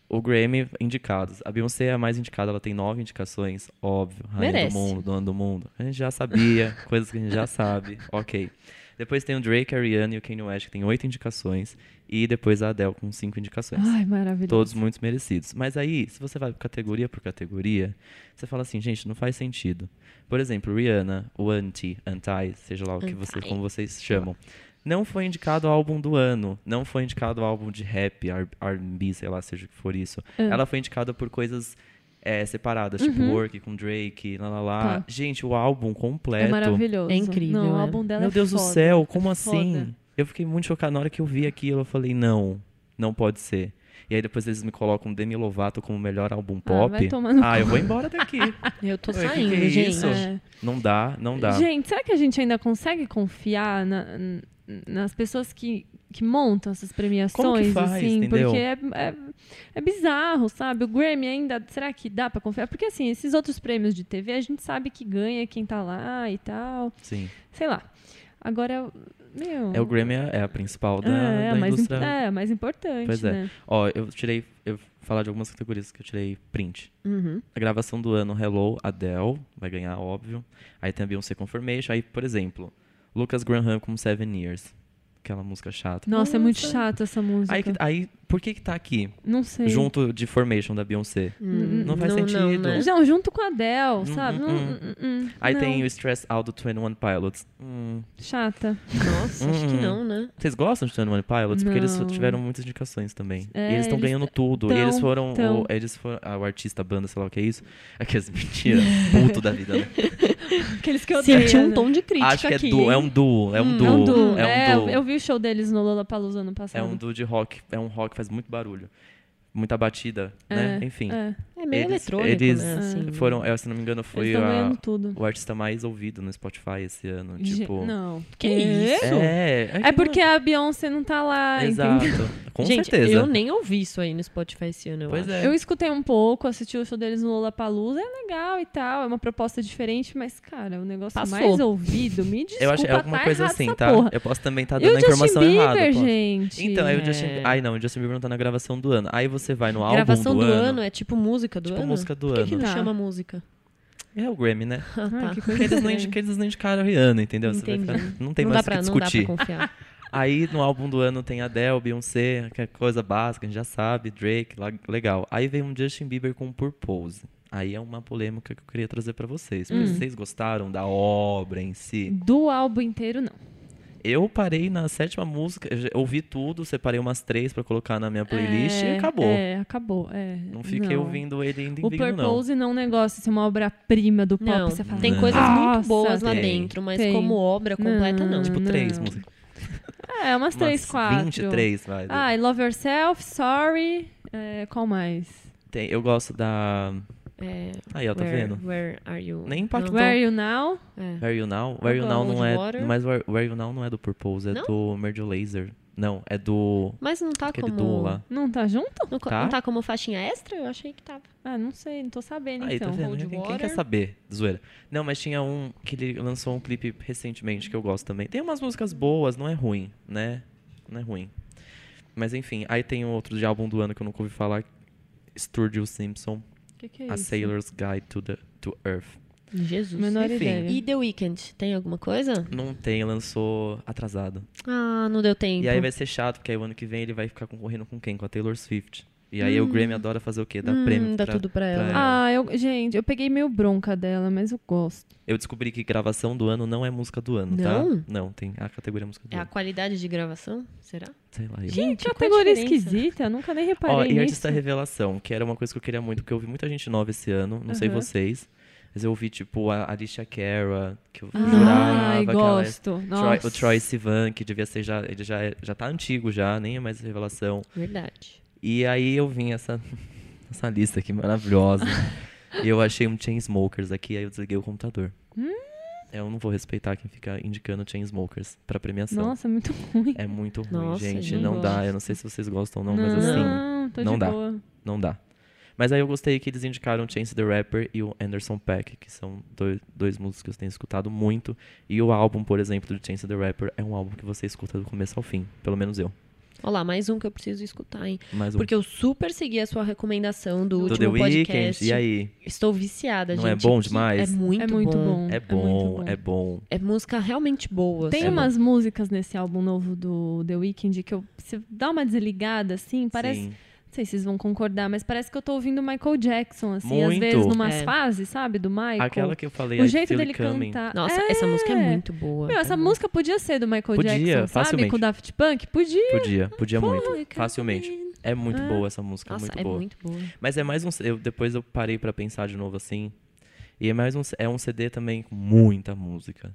O Grammy, indicados. A Beyoncé é a mais indicada, ela tem nove indicações, óbvio. Rainha Merece. do mundo, dona do mundo. A gente já sabia, coisas que a gente já sabe. Ok. Depois tem o Drake, a Rihanna e o Kanye West, que tem oito indicações. E depois a Adele, com cinco indicações. Ai, maravilhoso. Todos muito merecidos. Mas aí, se você vai categoria por categoria, você fala assim, gente, não faz sentido. Por exemplo, Rihanna, o Anti, Anti, seja lá o que você, Anti. como vocês chamam. Não foi indicado ao álbum do ano. Não foi indicado ao álbum de rap, R- R&B, sei lá, seja o que for isso. É. Hum. Ela foi indicada por coisas é, separadas, tipo Work com Drake, lá lá lá. Uhum. Tá. Gente, o álbum completo. É maravilhoso. É incrível, Não, o é. álbum dela Meu é Deus do foda. céu, como É assim? foda. Eu fiquei muito chocado na hora que eu vi aquilo. Eu falei, não, não pode ser. E aí depois eles me colocam Demi Lovato como melhor álbum pop. vai tomar no Ah, eu vou embora daqui. Eu tô Oi, que saindo, que é gente. isso? É. não dá, não dá. Gente, será que a gente ainda consegue confiar na- n- nas pessoas que, que montam essas premiações? Como que faz, assim? entendeu? Porque é, é, é bizarro, sabe? O Grammy ainda, será que dá pra confiar? Porque assim, esses outros prêmios de TV, a gente sabe que ganha quem tá lá e tal. Sim. Sei lá. Agora, meu... É o Grammy é é a principal da, é, é a da mais, imp- indústria. né? é, a mais importante, Pois é. né? Ó, eu tirei. Eu vou falar de algumas categorias que eu tirei print. Uhum. A gravação do ano, Hello, Adele, vai ganhar, óbvio. Aí tem a Beyoncé Confirmation. Aí, por exemplo, Lucas Graham com Seven Years. Aquela música chata. Nossa, é muito chata essa música. Aí, que- aí, por que que tá aqui? Não sei. Junto de Formation da Beyoncé. Hum, Não faz sentido. né? Não, junto com a Adele, sabe? hum, Não, hum. hum, hum, Aí não. tem o Stress Out do 21 Pilots. Hum. Chata. Nossa, acho que Hum. não, né? Vocês gostam de 21 Pilots? Porque eles Não. tiveram muitas indicações também. É, e eles estão eles ganhando tudo. e eles tão- foram. tão. O, eles foram. ah, o artista, a banda, sei lá o que é isso. Aqueles. Mentira. Puto da vida, né? Aqueles que eu odeio. Senti um né? tom de crítica Acho que é aqui. duo. É um duo. É um É um duo. duo. É É, um eu duo. vi o show deles no Lollapalooza ano É passado. um duo de rock. É um rock que faz muito barulho. Muita batida, né? É, Enfim. É, É meio Eles- eletrônico, eles né? assim. Foram, eu, se não me engano, foi eles estão a, ganhando tudo. o artista mais ouvido no Spotify esse ano. Ge- Tipo. não. Que isso? É, É que- porque a Beyoncé não tá lá, Exato. entendeu? Com Ah, Gente, certeza. eu nem ouvi isso aí no Spotify esse ano, eu Pois acho. é. Eu escutei um pouco, assisti o show deles no Lollapalooza, é legal e tal, é uma proposta diferente, mas, cara, o negócio Passou. mais ouvido, me desculpa, Eu acho que é alguma tá coisa errado assim, essa tá? porra. Eu posso também estar E o dando a Justin informação Bieber, errada. posso. gente? Então, aí o Justin É. Ai, não, o Justin Bieber não tá na gravação do ano. Aí você vai no um álbum Gravação do, ano. é tipo música do Tipo ano? música do Por que que ano. não Tá. chama música? É o Grammy, né? Ah, tá. Ah, Porque que coisa eles, não, estranha. indi- que eles não indicaram a Rihanna, entendeu? Você vai Entendi. ficar- não tem não, dá mais o pra, que não dá pra discutir. confiar. Aí no álbum do ano tem Adele, Beyoncé, que é coisa básica, a gente já sabe, Drake, lá- legal. Aí vem um Justin Bieber com Purpose. Aí é uma polêmica que eu queria trazer pra vocês. Porque vocês gostaram da obra em si? Do álbum inteiro, não. Eu parei na sétima música, eu já- ouvi tudo, separei umas três pra colocar na minha playlist É, e acabou. É, acabou, é. Não fiquei não. ouvindo ele ainda O indigno, não. Purpose não é um negócio, isso é uma obra-prima do pop. Não, você fala, "Hum, tem Não. coisas muito "Nossa". boas lá Tem. dentro, mas Tem. como obra completa, não. Não. Tipo, três Não. músicas. É, umas três, umas quatro. 23, vai. Ah, I Love Yourself, Sorry, é, qual mais? Tem- eu gosto da... É, Aí, ó, tá where, vendo? where are you? Nem impactou. Where Are You Now? Não, é. Where You Now? Where You Oba, Now não é... Oldwater. Mas Where, Where You Now não é do Purpose, é Não? do Merge Laser. Não, é do... Mas não tá Aquele como... duo lá. Não tá junto? Não, co- Tá? não tá como faixinha extra? Eu achei que tava. Ah, não sei, não tô sabendo Aí, então. tá vendo? Old Quem, quem quer Water. saber? Zoeira. Não, mas tinha um que ele lançou um clipe recentemente que eu gosto também. Tem umas músicas boas, não é ruim, né? Não é ruim. Mas enfim, aí tem um outro de álbum do ano que eu nunca ouvi falar. Sturgill Simpson, O que, que é A isso? Sailor's Guide to, the, to Earth. Jesus. Menor Enfim. ideia. E The Weeknd, tem alguma coisa? Não tem, lançou atrasado. Ah, não deu tempo. E aí vai ser chato, porque aí o ano que vem ele vai ficar concorrendo com quem? Com a Taylor Swift. E aí o Grammy adora fazer o quê? Dar Hum, prêmio dá pra... tudo pra É. ela. Ah, eu, gente, eu peguei meio bronca dela, mas eu gosto. Eu descobri que gravação do ano não é música do ano, Não? tá? Não, tem a categoria música do É a ano. qualidade de gravação? Será? Sei lá. eu- Gente, qual a categoria diferença? esquisita, eu nunca nem reparei Ó, e nisso. artista revelação, que era uma coisa que eu queria muito, porque eu ouvi muita gente nova esse ano, não sei Aham. vocês, mas eu ouvi, tipo, a Alicia Cara, que eu jurava Ai, que ela é- Ah, gosto. Troy- Nossa. o Troy Sivan, que devia ser já, ele já, é- já tá antigo já, nem é mais revelação. Verdade. E aí eu vim essa, essa lista aqui maravilhosa. e eu achei um Chainsmokers aqui, aí eu desliguei o computador. É, Eu não vou respeitar quem fica indicando Chainsmokers pra premiação. Hum? Nossa, muito ruim. É muito ruim, Nossa, gente. não Não dá. gosto. Eu não sei se vocês gostam ou não, mas assim. não, tá tô não de dá. boa. Não dá. Mas aí eu gostei que eles indicaram Chance the Rapper e o Anderson Paak, que são dois, dois músicos que eu tenho escutado muito. E o álbum, por exemplo, do Chance the Rapper é um álbum que você escuta do começo ao fim. Pelo menos eu. Olha lá, mais um que eu preciso escutar, hein? Mas Porque eu super segui a sua recomendação do, o um. do último The podcast. Weeknd, e aí? Estou viciada, Não gente. é bom Que demais? É muito, É muito bom. É muito bom, é bom. É música realmente boa. Tem assim. uma- umas músicas nesse álbum novo do The Weeknd que eu se dá uma desligada assim, parece, Sim. não sei se vocês vão concordar, mas parece que eu tô ouvindo Michael Jackson assim, às Muito. vezes numas É. fases, sabe, do Michael. Aquela que eu falei, o I jeito Feel dele It Coming. cantar. Nossa, É. essa música é muito boa. Meu, essa É música podia ser do Michael Podia, Jackson, sabe? facilmente. Com o Daft Punk? Podia. Podia, podia muito- muito. Facilmente. É muito É. boa essa música, Nossa, muito é boa. muito boa. Mas é mais um. Eu, depois eu parei pra pensar de novo assim. E é mais um. É um CD também com muita música.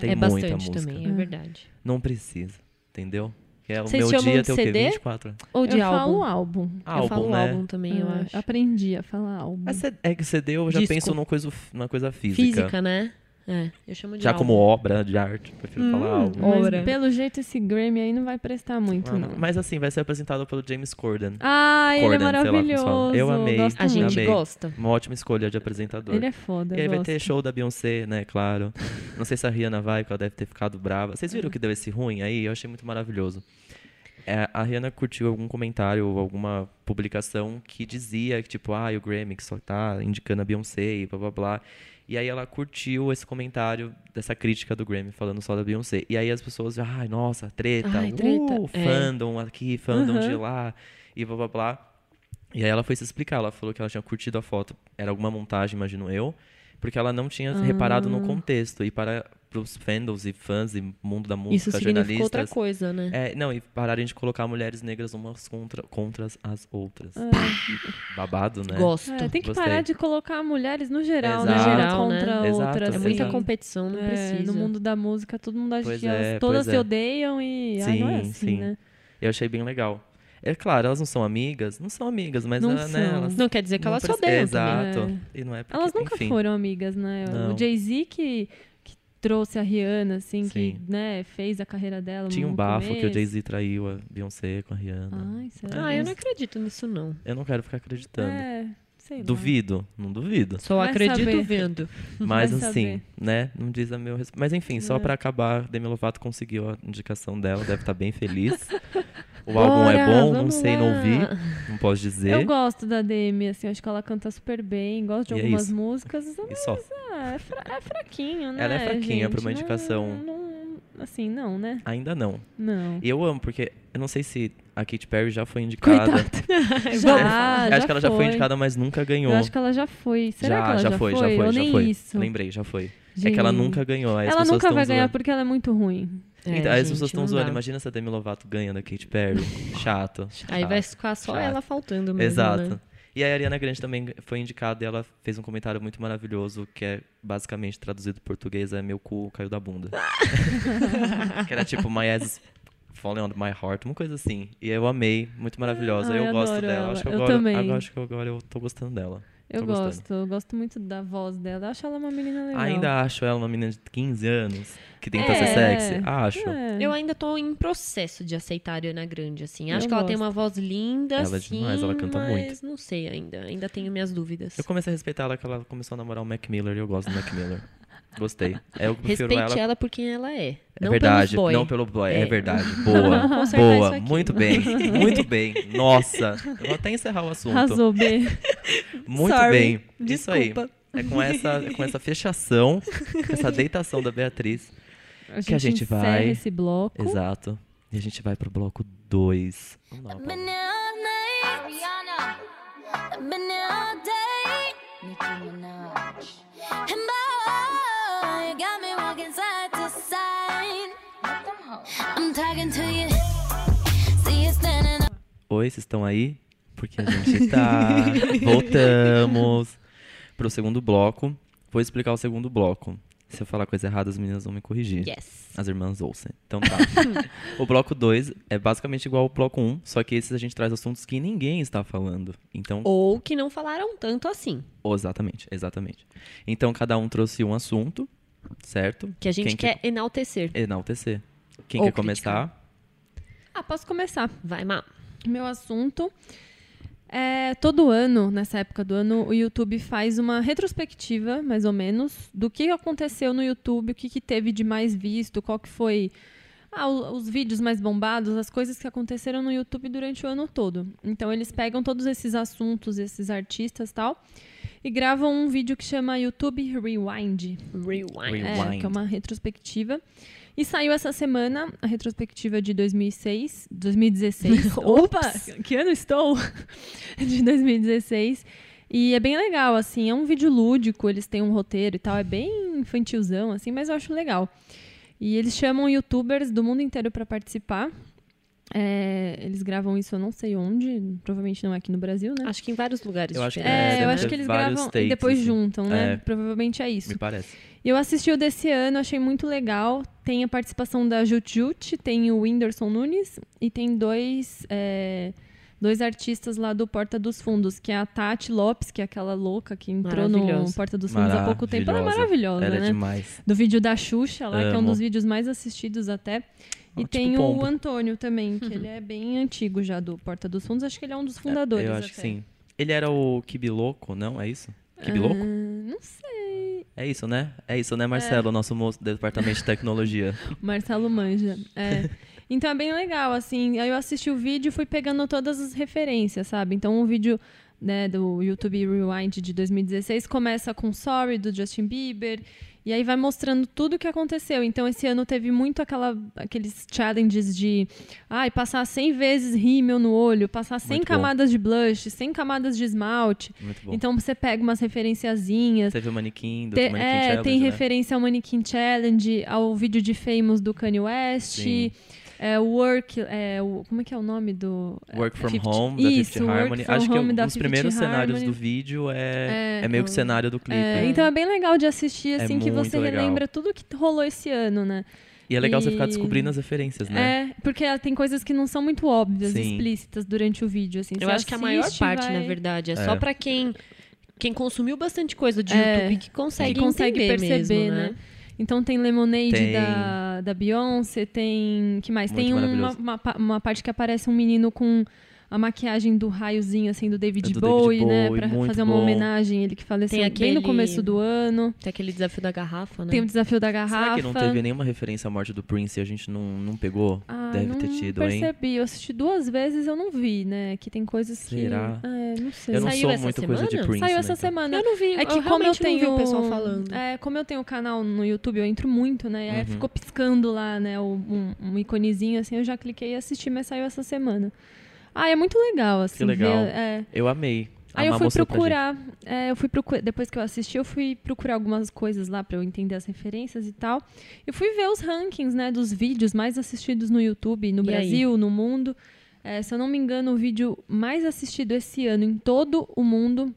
Tem é muita bastante música. também, é verdade. Não precisa, entendeu? Que é o Vocês meu chamam dia de tem o quê? CD? 24? Ou de eu falo álbum. álbum. eu Álbum, falo né? álbum também, eu É, acho. Aprendi a falar álbum. Mas cê- é que CD eu já Disco. penso numa coisa, numa coisa física. Física. né? É, eu chamo de Já álbum. Hum, como obra de arte, prefiro falar álbum. Mas, obra. pelo jeito esse Grammy aí não vai prestar muito, Ah, não. Mas assim, vai ser apresentado pelo James Corden. Ah, ele Corden, é sei lá como se fala. maravilhoso. Eu amei. Gosto A gente muito. Amei. gosta. Uma ótima escolha de apresentador. Ele é foda. E aí eu vai gosto. ter show da Beyoncé, né? Claro. É. Não sei se a Rihanna vai, porque ela deve ter ficado brava. Vocês viram que deu esse ruim aí? Eu achei muito maravilhoso. É, a Rihanna curtiu algum comentário ou alguma publicação que dizia que, tipo, ah, e o Grammy que só tá indicando a Beyoncé e blá blá blá. E aí ela curtiu esse comentário dessa crítica do Grammy falando só da Beyoncé. E aí as pessoas, ai, nossa, treta, Ai, treta, uh, é. fandom aqui, fandom de Uhum. lá e blá blá blá. E aí ela foi se explicar, ela falou que ela tinha curtido a foto, era alguma montagem, imagino eu, porque ela não tinha reparado no contexto. E para os fandoms e fãs e mundo da música, Isso significou jornalistas, outra coisa, né? é, não, e pararem de colocar mulheres negras umas contra, contra as outras. Babado, né? Gosto. É, tem que Gostei. parar de colocar mulheres no geral, né? Exato. No geral, contra né? Exato, outras. É assim, muita sim. competição, não É, precisa. No mundo da música, todo mundo acha Pois que é, elas pois todas se é. odeiam e ai, não é Sim, assim, sim. né? Eu achei bem legal. É claro, elas não são amigas? Não são amigas, mas Não ela, né, são. elas. Não quer dizer que não elas se preci- odeiam também. Exato. também, né? E não é porque, Elas nunca enfim, foram amigas, né? O Não. Jay-Z que, que trouxe a Rihanna, assim, que Sim. né, fez a carreira dela. Tinha no um bafo que o começo. Jay-Z traiu a Beyoncé com a Rihanna. Ai, será? Ah, eu não acredito nisso, não. Eu não quero ficar acreditando. É, sei lá. Duvido? Não duvido. Só Vai acredito saber. vendo. Mas Vai assim, saber. né? Não diz a meu respeito. Mas enfim, só É. pra acabar, Demi Lovato conseguiu a indicação dela, deve estar bem feliz. O álbum é Bora, bom, não vamos sei, não lá. ouvi, não posso dizer. Eu gosto da Demi, assim, acho que ela canta super bem, gosto de E é algumas isso. músicas. E só. Ah, é, fra- é fraquinho, né? Ela é fraquinha gente? pra uma indicação. Não, não- assim, não, né? Ainda não. Não. E eu amo, porque eu não sei se a Katy Perry já foi indicada. Coitada. Vamos Eu já, acho que ela já foi indicada, mas nunca ganhou. Eu acho que ela já foi. Será já, que ela já, foi, já foi, Ou já nem foi. isso. Lembrei, já foi. É que ela Gente. nunca ganhou. Aí as Ela pessoas nunca tão vai ganhar É, zoando. porque ela é muito ruim. É, Então, aí as pessoas estão estão zoando. Imagina se a Demi Lovato ganha da Katy Perry. Chato. Aí vai ficar só Ah, Chato. ela faltando mesmo, Exato. Uhum. né? E a Ariana Grande também foi indicada e ela fez um comentário muito maravilhoso que é basicamente traduzido em português é meu cu caiu da bunda. que era tipo my ass is falling on my heart, uma coisa assim. E eu amei, muito maravilhosa. Ai, eu Ah, eu gosto adoro dela. ela. Acho que Eu agora, também. agora- acho que agora eu tô gostando dela. Eu Tô gostando. gosto, eu gosto muito da voz dela. Eu acho ela uma menina legal. Ainda acho ela uma menina de 15 anos que tenta É. ser sexy. Acho. É. Eu ainda tô em processo de aceitar a Ariana Grande, assim. Eu Acho que ela tem gosto. uma voz linda, Ela é sim, demais, ela canta mas muito. não sei ainda. Ainda tenho minhas dúvidas. Eu comecei a respeitar ela que ela começou a namorar o Mac Miller e eu gosto do Mac Miller. Gostei. É Eu prefiro Respeite ela ela... por quem ela é. É Não verdade, pelos boy. não pelo boy, é, É. verdade. Boa, Vamos consertar isso boa, aqui. muito bem, muito bem. Nossa, eu vou até encerrar o assunto. Arrasou, B. Muito Sorry, bem. Isso desculpa. aí. É com essa, com essa fechação, com essa deitação da Beatriz. A gente, Que a gente encerra vai- esse bloco. Exato. E a gente vai pro bloco 2. Ariana, I've been here all day. Nicki Minaj. And boy, you got me walking side to side. I'm talking to you. See you standing up. Oi, vocês estão aí? Porque a gente tá. Voltamos pro segundo bloco. Vou explicar o segundo bloco. Se eu falar coisa errada, as meninas vão me corrigir. Yes. As irmãs ouçam. Então tá. o bloco 2 é basicamente igual ao bloco 1, um, só que esses a gente traz assuntos que ninguém está falando. Então, Ou que não falaram tanto assim. oh, exatamente, exatamente. Então cada um trouxe um assunto, certo? Que a gente Quem quer enaltecer. quer enaltecer. Quem Ou quer começar? Ah, posso começar. Vai, Má. Meu assunto é todo ano, nessa época do ano, o YouTube faz uma retrospectiva, mais ou menos, do que aconteceu no YouTube, o que, que teve de mais visto, qual que foi ah, o- os vídeos mais bombados, as coisas que aconteceram no YouTube durante o ano todo. Então eles pegam todos esses assuntos, esses artistas e tal, e gravam um vídeo que chama YouTube Rewind. Rewind. Rewind. É, que é uma retrospectiva. E saiu essa semana a retrospectiva de 2006, 2016. Opa, que ano estou? De 2016. E é bem legal, assim, é um vídeo lúdico, eles têm um roteiro e tal, é bem infantilzão, assim, mas eu acho legal. E eles chamam youtubers do mundo inteiro para participar. É, eles gravam isso eu não sei onde, provavelmente não é aqui no Brasil, né? Acho que em vários lugares Eu acho que É, diferentes, deve eu ter né? acho que eles vários gravam e states, depois assim. juntam, né? É. Provavelmente é isso. Me parece. E Eu assisti o desse ano, achei muito legal. Tem a participação da Jutjut, tem o Whindersson Nunes e tem dois, é, dois artistas lá do Porta dos Fundos, que é a Tati Lopes, que é aquela louca que entrou no Maravilhosa. Porta dos Fundos há pouco tempo. Ela é maravilhosa, Ela é né? demais. Do vídeo da Xuxa lá, que é um Amo. dos vídeos mais assistidos até. E Ó, tipo tem o pombo. Antônio também, que ele é bem antigo já do Porta dos Fundos. Acho que ele é um dos fundadores Eu acho que até. é sim. Ele era o Kibiloco, não? É isso? Kibiloco? Ah, não sei. É isso, né? É isso, né, Marcelo? Nosso moço do departamento de tecnologia. Marcelo Manja. É. Então é bem legal, assim. Aí eu assisti o vídeo e fui pegando todas as referências, sabe? Então o vídeo né, do YouTube Rewind de 2016 começa com Sorry do Justin Bieber. E aí vai mostrando tudo o que aconteceu. Então, esse ano teve muito aquela, aqueles challenges de ai, passar 100 vezes rímel no olho, passar 100 Muito bom. camadas de blush, 100 camadas de esmalte. Muito bom. Então, você pega umas referenciazinhas. Teve o manequim do Te- manequim é, challenge, tem né? referência ao Mannequin Challenge, ao vídeo de Famous do Kanye West. Sim. É, o Work, é, o, como é que é o nome do... Work from 50 Home, da Isso, Fifth Work Harmony. from Acho que é Home um da dos 50 primeiros cenários Harmony. do vídeo é, É, é, meio que eu- o cenário do clipe. né? É, então é bem legal de assistir, É assim, que você muito legal. relembra tudo que rolou esse ano, né? E é legal você ficar e- descobrindo as referências, né? É, porque ela tem coisas que não são muito óbvias, Sim. explícitas durante o vídeo, assim. Eu Você acho que a maior assiste e parte, vai- na verdade, é, só pra quem quem consumiu bastante coisa de É, YouTube que consegue, que consegue entender perceber, mesmo, né? Então tem Lemonade Tem. da, da Beyoncé, tem. que mais? Muito tem uma, maravilhoso. uma, pa- uma parte que aparece um menino com a maquiagem do raiozinho, assim, do David É do Bowie, David né? Bowie, Pra muito fazer uma bom. homenagem, ele que faleceu Tem bem no aquele- começo do ano. Tem aquele desafio da garrafa, né? Tem o desafio da garrafa. Será que não teve nenhuma referência à morte do Prince e a gente não, não pegou? Ah, Deve não ter tido, hein? percebi. Eu assisti duas vezes, eu não vi, né? Que tem coisas Será? que. É, não sei. Eu não Saiu sou essa muito coisa de semana? Prince. Saiu né, essa então. semana. Eu não vi, É que eu como eu realmente não vi tenho o pessoal falando. É, como eu tenho canal no YouTube, eu entro muito, né? E aí Uhum. ficou piscando lá, né, o- um, um iconezinho assim, eu já cliquei e assisti, mas saiu essa semana. Ah, é muito legal assim Que legal. ver, é. Eu amei. A Aí eu Má fui mostrou pra gente. procurar, é, eu fui procurar, depois que eu assisti, eu fui procurar algumas coisas lá pra eu entender as referências e tal. E fui ver os rankings, né, dos vídeos mais assistidos no YouTube, no E aí? Brasil, no mundo. É, se eu não me engano, o vídeo mais assistido esse ano em todo o mundo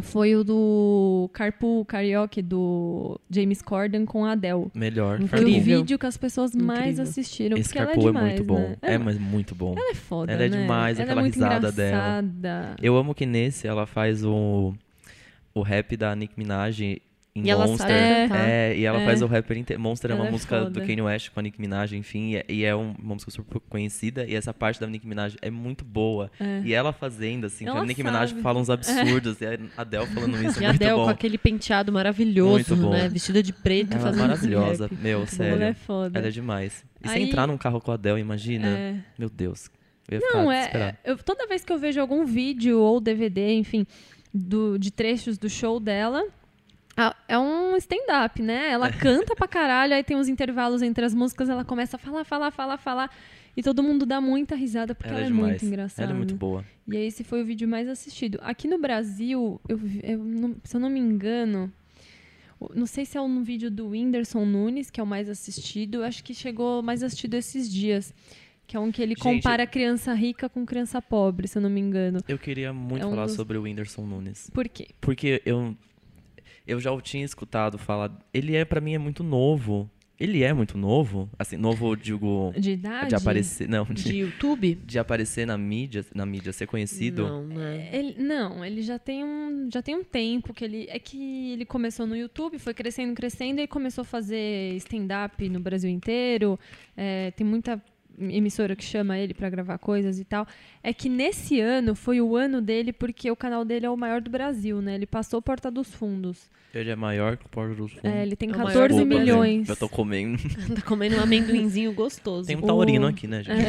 foi o do Carpool Karaoke do James Corden com a Adele. Melhor. Incrível. Foi o Carpool. vídeo que as pessoas mais Incrível. assistiram, Esse porque ela é Carpool é, demais, muito bom. né? É, Ela mas muito bom. é foda, ela é né? demais, ela aquela é muito risada dela. engraçada. Eu amo que nesse ela faz o, o rap da Nick Minaj em E ela Monster. sabe É. cantar. É, e ela É. faz o rapper inteiro. Monster é Ela uma é música do foda. Kanye West com a Nick Minaj, enfim, e é, e é um- uma música super conhecida. E essa parte da Nick Minaj é muito boa. É. E ela fazendo, assim, que Ela a Nick Minaj sabe. É. fala uns absurdos, e a Adele falando isso E é a muito Del bom. com aquele penteado maravilhoso, Muito bom. né? Vestida de preto, Ela é fazendo esse maravilhosa, rap. meu, Ela é sério. foda. Ela é demais. E se Aí- entrar num carro com a Adele, imagina? É. Meu Deus. Eu ia Não, ficar é. desesperado. eu- toda vez que eu vejo algum vídeo ou DVD, enfim, do- de trechos do show dela. a- É um stand-up, né? Ela canta pra caralho, aí tem uns intervalos entre as músicas, ela começa a falar, falar, falar, falar. E todo mundo dá muita risada, porque Ela ela, é é, muito demais. engraçada. Ela é muito boa. E aí esse foi o vídeo mais assistido. Aqui no Brasil, eu vi- eu não- se eu não me engano, o- não sei se é um vídeo do Whindersson Nunes, que é o mais assistido, acho que chegou mais assistido esses dias. Que é um que ele Gente, compara criança rica com criança pobre, se eu não me engano. Eu queria muito É um falar dos- sobre o Whindersson Nunes. Por quê? Porque eu eu já o tinha escutado falar. Ele é para mim é muito novo. Ele é muito novo, assim, novo digo De idade? de aparecer, não, de, De YouTube? de aparecer na mídia, na mídia ser conhecido. Não, né? Ele- não, ele já tem um já tem um tempo que ele é que ele começou no YouTube, foi crescendo, crescendo e começou a fazer stand-up no Brasil inteiro. É, tem muita emissora que chama ele pra gravar coisas e tal. É que nesse ano foi o ano dele porque o canal dele é o maior do Brasil, né? Ele passou Porta dos Fundos. Ele é maior que o Porto dos Fundos. É, ele tem É o maior 14 do Desculpa, Brasil. milhões. gente, Eu tô comendo. Tá comendo um amendoinzinho gostoso. Tem um O- taurino aqui, né, gente?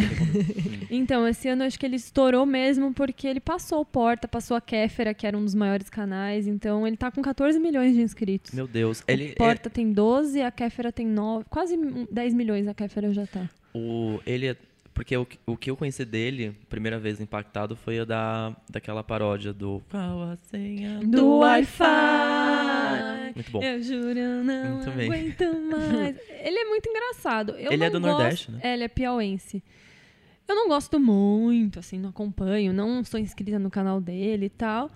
Então, esse ano eu acho que ele estourou mesmo porque ele passou o Porta, passou a Kéfera, que era um dos maiores canais. Então, ele tá com 14 milhões de inscritos. Meu Deus. Ele, É. o Porta tem 12, a Kéfera tem 9, quase 10 milhões a Kéfera já tá. O, ele é. Porque o, que- o que eu conheci dele, primeira vez impactado, foi a da, daquela paródia do. Qual a senha Do Wi-Fi. Muito bom. Eu juro, eu não Muito bem. aguento mais. Ele é muito engraçado. Eu Ele é não do gosto- Nordeste, né? É, ele é piauense. Eu não gosto muito, assim, não acompanho, não sou inscrita no canal dele e tal.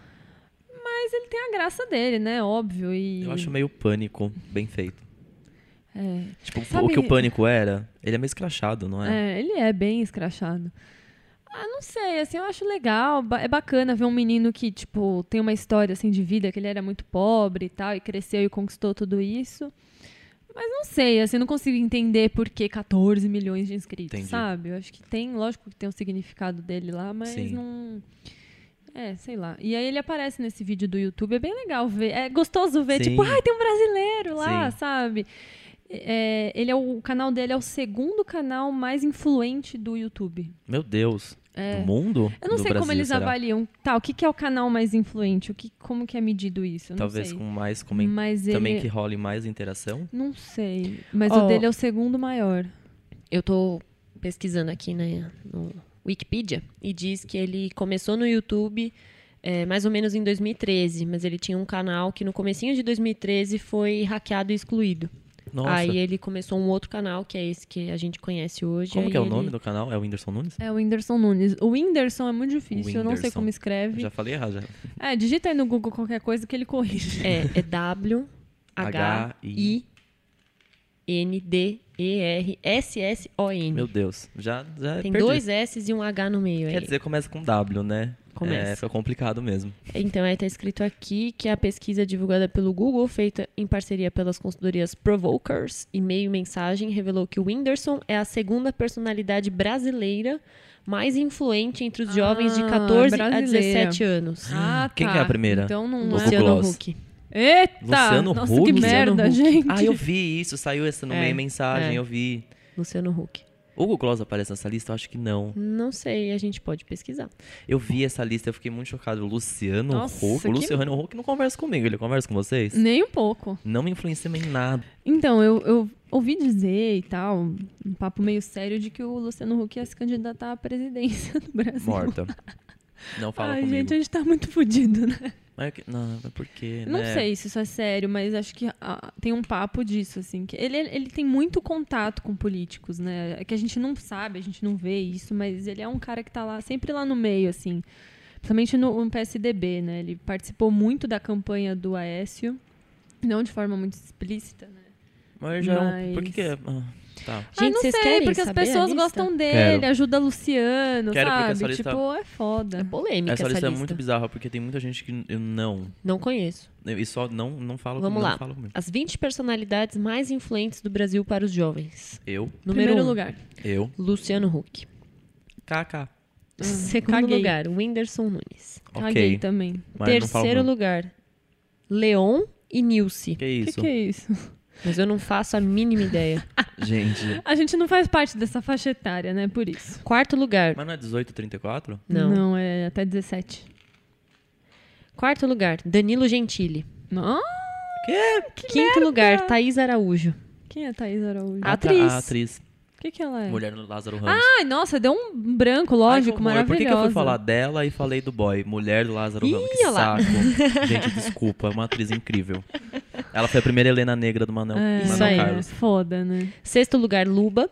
Mas ele tem a graça dele, né? Óbvio. E... Eu acho meio pânico, bem feito. É, Tipo, o Sabe- que o pânico era, ele é meio escrachado, não é? É, ele é bem escrachado. Ah, não sei, assim, eu acho legal, ba- é bacana ver um menino que, tipo, tem uma história, assim, de vida, que ele era muito pobre e tal, e cresceu e conquistou tudo isso. Mas não sei, assim, eu não consigo entender por que 14 milhões de inscritos, Entendi. sabe? Eu acho que tem, lógico que tem o significado dele lá, mas Sim. não... É, sei lá. E aí ele aparece nesse vídeo do YouTube, é bem legal ver. É gostoso ver, Sim. tipo, ai, tem um brasileiro lá, Sim. sabe? É, ele é o, o canal dele é o segundo canal mais influente do YouTube. Meu Deus. Do mundo? É. Eu não Do sei como Brasil, eles será? avaliam. Tá, o que, que é o canal mais influente? O que, como que é medido isso? Eu não Talvez sei. com mais comen... Mas também ele- que Oh. role mais interação. Não sei. Mas Ó. o dele é o segundo maior. Eu tô pesquisando aqui né, no Wikipedia e diz que ele começou no YouTube é, mais ou menos em 2013, mas ele tinha um canal que no comecinho de 2013 foi hackeado e excluído. Nossa. Aí ele começou um outro canal, que é esse que a gente conhece hoje. Como aí que é o ele- nome do canal? É o Whindersson Nunes? É o Whindersson Nunes. O Whindersson é muito difícil, eu não sei Whindersson. como escreve. Já falei errado. Já. É, digita aí no Google qualquer coisa que ele corrige. É, é W H I N D E R S S O N. Meu Deus. Já, já Tem perdi. dois S e um H no meio Quer aí. dizer, começa com W, né? Começa. É, fica complicado mesmo. Então, aí tá escrito aqui que a pesquisa divulgada pelo Google, feita em parceria pelas consultorias Provokers e Meio Mensagem, revelou que o Whindersson é a segunda personalidade brasileira mais influente entre os jovens de Ah, 14 a brasileira. 17 anos. Ah, Quem tá. que é a primeira? Então não Luciano é. Luciano Huck. Huck. Eita! Luciano Tá, Nossa, Huck? que Luciano merda, Huck. gente. Ah, eu vi isso. Saiu essa no É, meio mensagem, é. eu vi. Luciano Huck. O Google Gloss aparece nessa lista? Eu acho que não. Não sei, a gente pode pesquisar. Ah, Eu vi essa lista, eu fiquei muito chocado. Luciano Nossa, Huck. que- O Luciano Huck não conversa comigo, ele conversa com vocês? Nem um pouco. Não me influencia em nada. Então, eu, eu ouvi dizer e tal, um papo meio sério, de que o Luciano Huck ia se candidatar à presidência do Brasil. Morta. Não fala Ai, comigo. gente, a gente tá muito fudido, né? Mas, é que- não, mas por quê, Não né? sei se isso é sério, mas acho que ah, tem um papo disso, assim. Que ele, ele tem muito contato com políticos, né? É Que a gente não sabe, a gente não vê isso, mas ele é um cara que tá lá, sempre lá no meio, assim. Principalmente no, no PSDB, né? Ele participou muito da campanha do Aécio, não de forma muito explícita, né? Mas já é um... Por que Mas- que é... Ah, tá. Ah, Gente, não vocês sei, querem porque as saber a pessoas lista? gostam dele, Quero. ajuda Luciano, Quero, porque sabe? essa lista- Tipo, é É foda. polêmica Essa essa, lista é muito bizarra, porque tem muita gente que eu não... Não conheço. E só não, não fala Vamos comigo. lá. Não fala comigo. As 20 personalidades mais influentes do Brasil para os jovens. Eu, Número Primeiro um, lugar. eu, Luciano Huck. KK. Segundo Ah, Caguei. lugar, Whindersson Nunes. Caguei Ok. também. Mas não falo Terceiro comigo. lugar, Leon e Que Nilce. O que, isso? que é isso? Mas eu não faço a mínima ideia. Gente. A gente não faz parte dessa faixa etária, né? Por isso. Quarto lugar, Mas não é 18, 34? não. Não, é até 17. Quarto lugar, Danilo Gentili. Não? Quê? Quinto lugar, tá? Thaís Araújo. Quem é a Thaís Araújo? Ah, tá, Atriz. A atriz. O que, que ela é? Mulher no Lázaro Ramos. Ai, nossa, deu um branco, Ai, lógico, que horror. maravilhoso. Por que, que eu fui falar dela e falei do boy? Mulher do Lázaro Ih, Ramos. Que olha lá. saco. Gente, desculpa. É uma atriz incrível. Ela foi a primeira Helena Negra do Manel, É, Manuel Isso aí. Carlos. foda, né? Sexto lugar, Luba.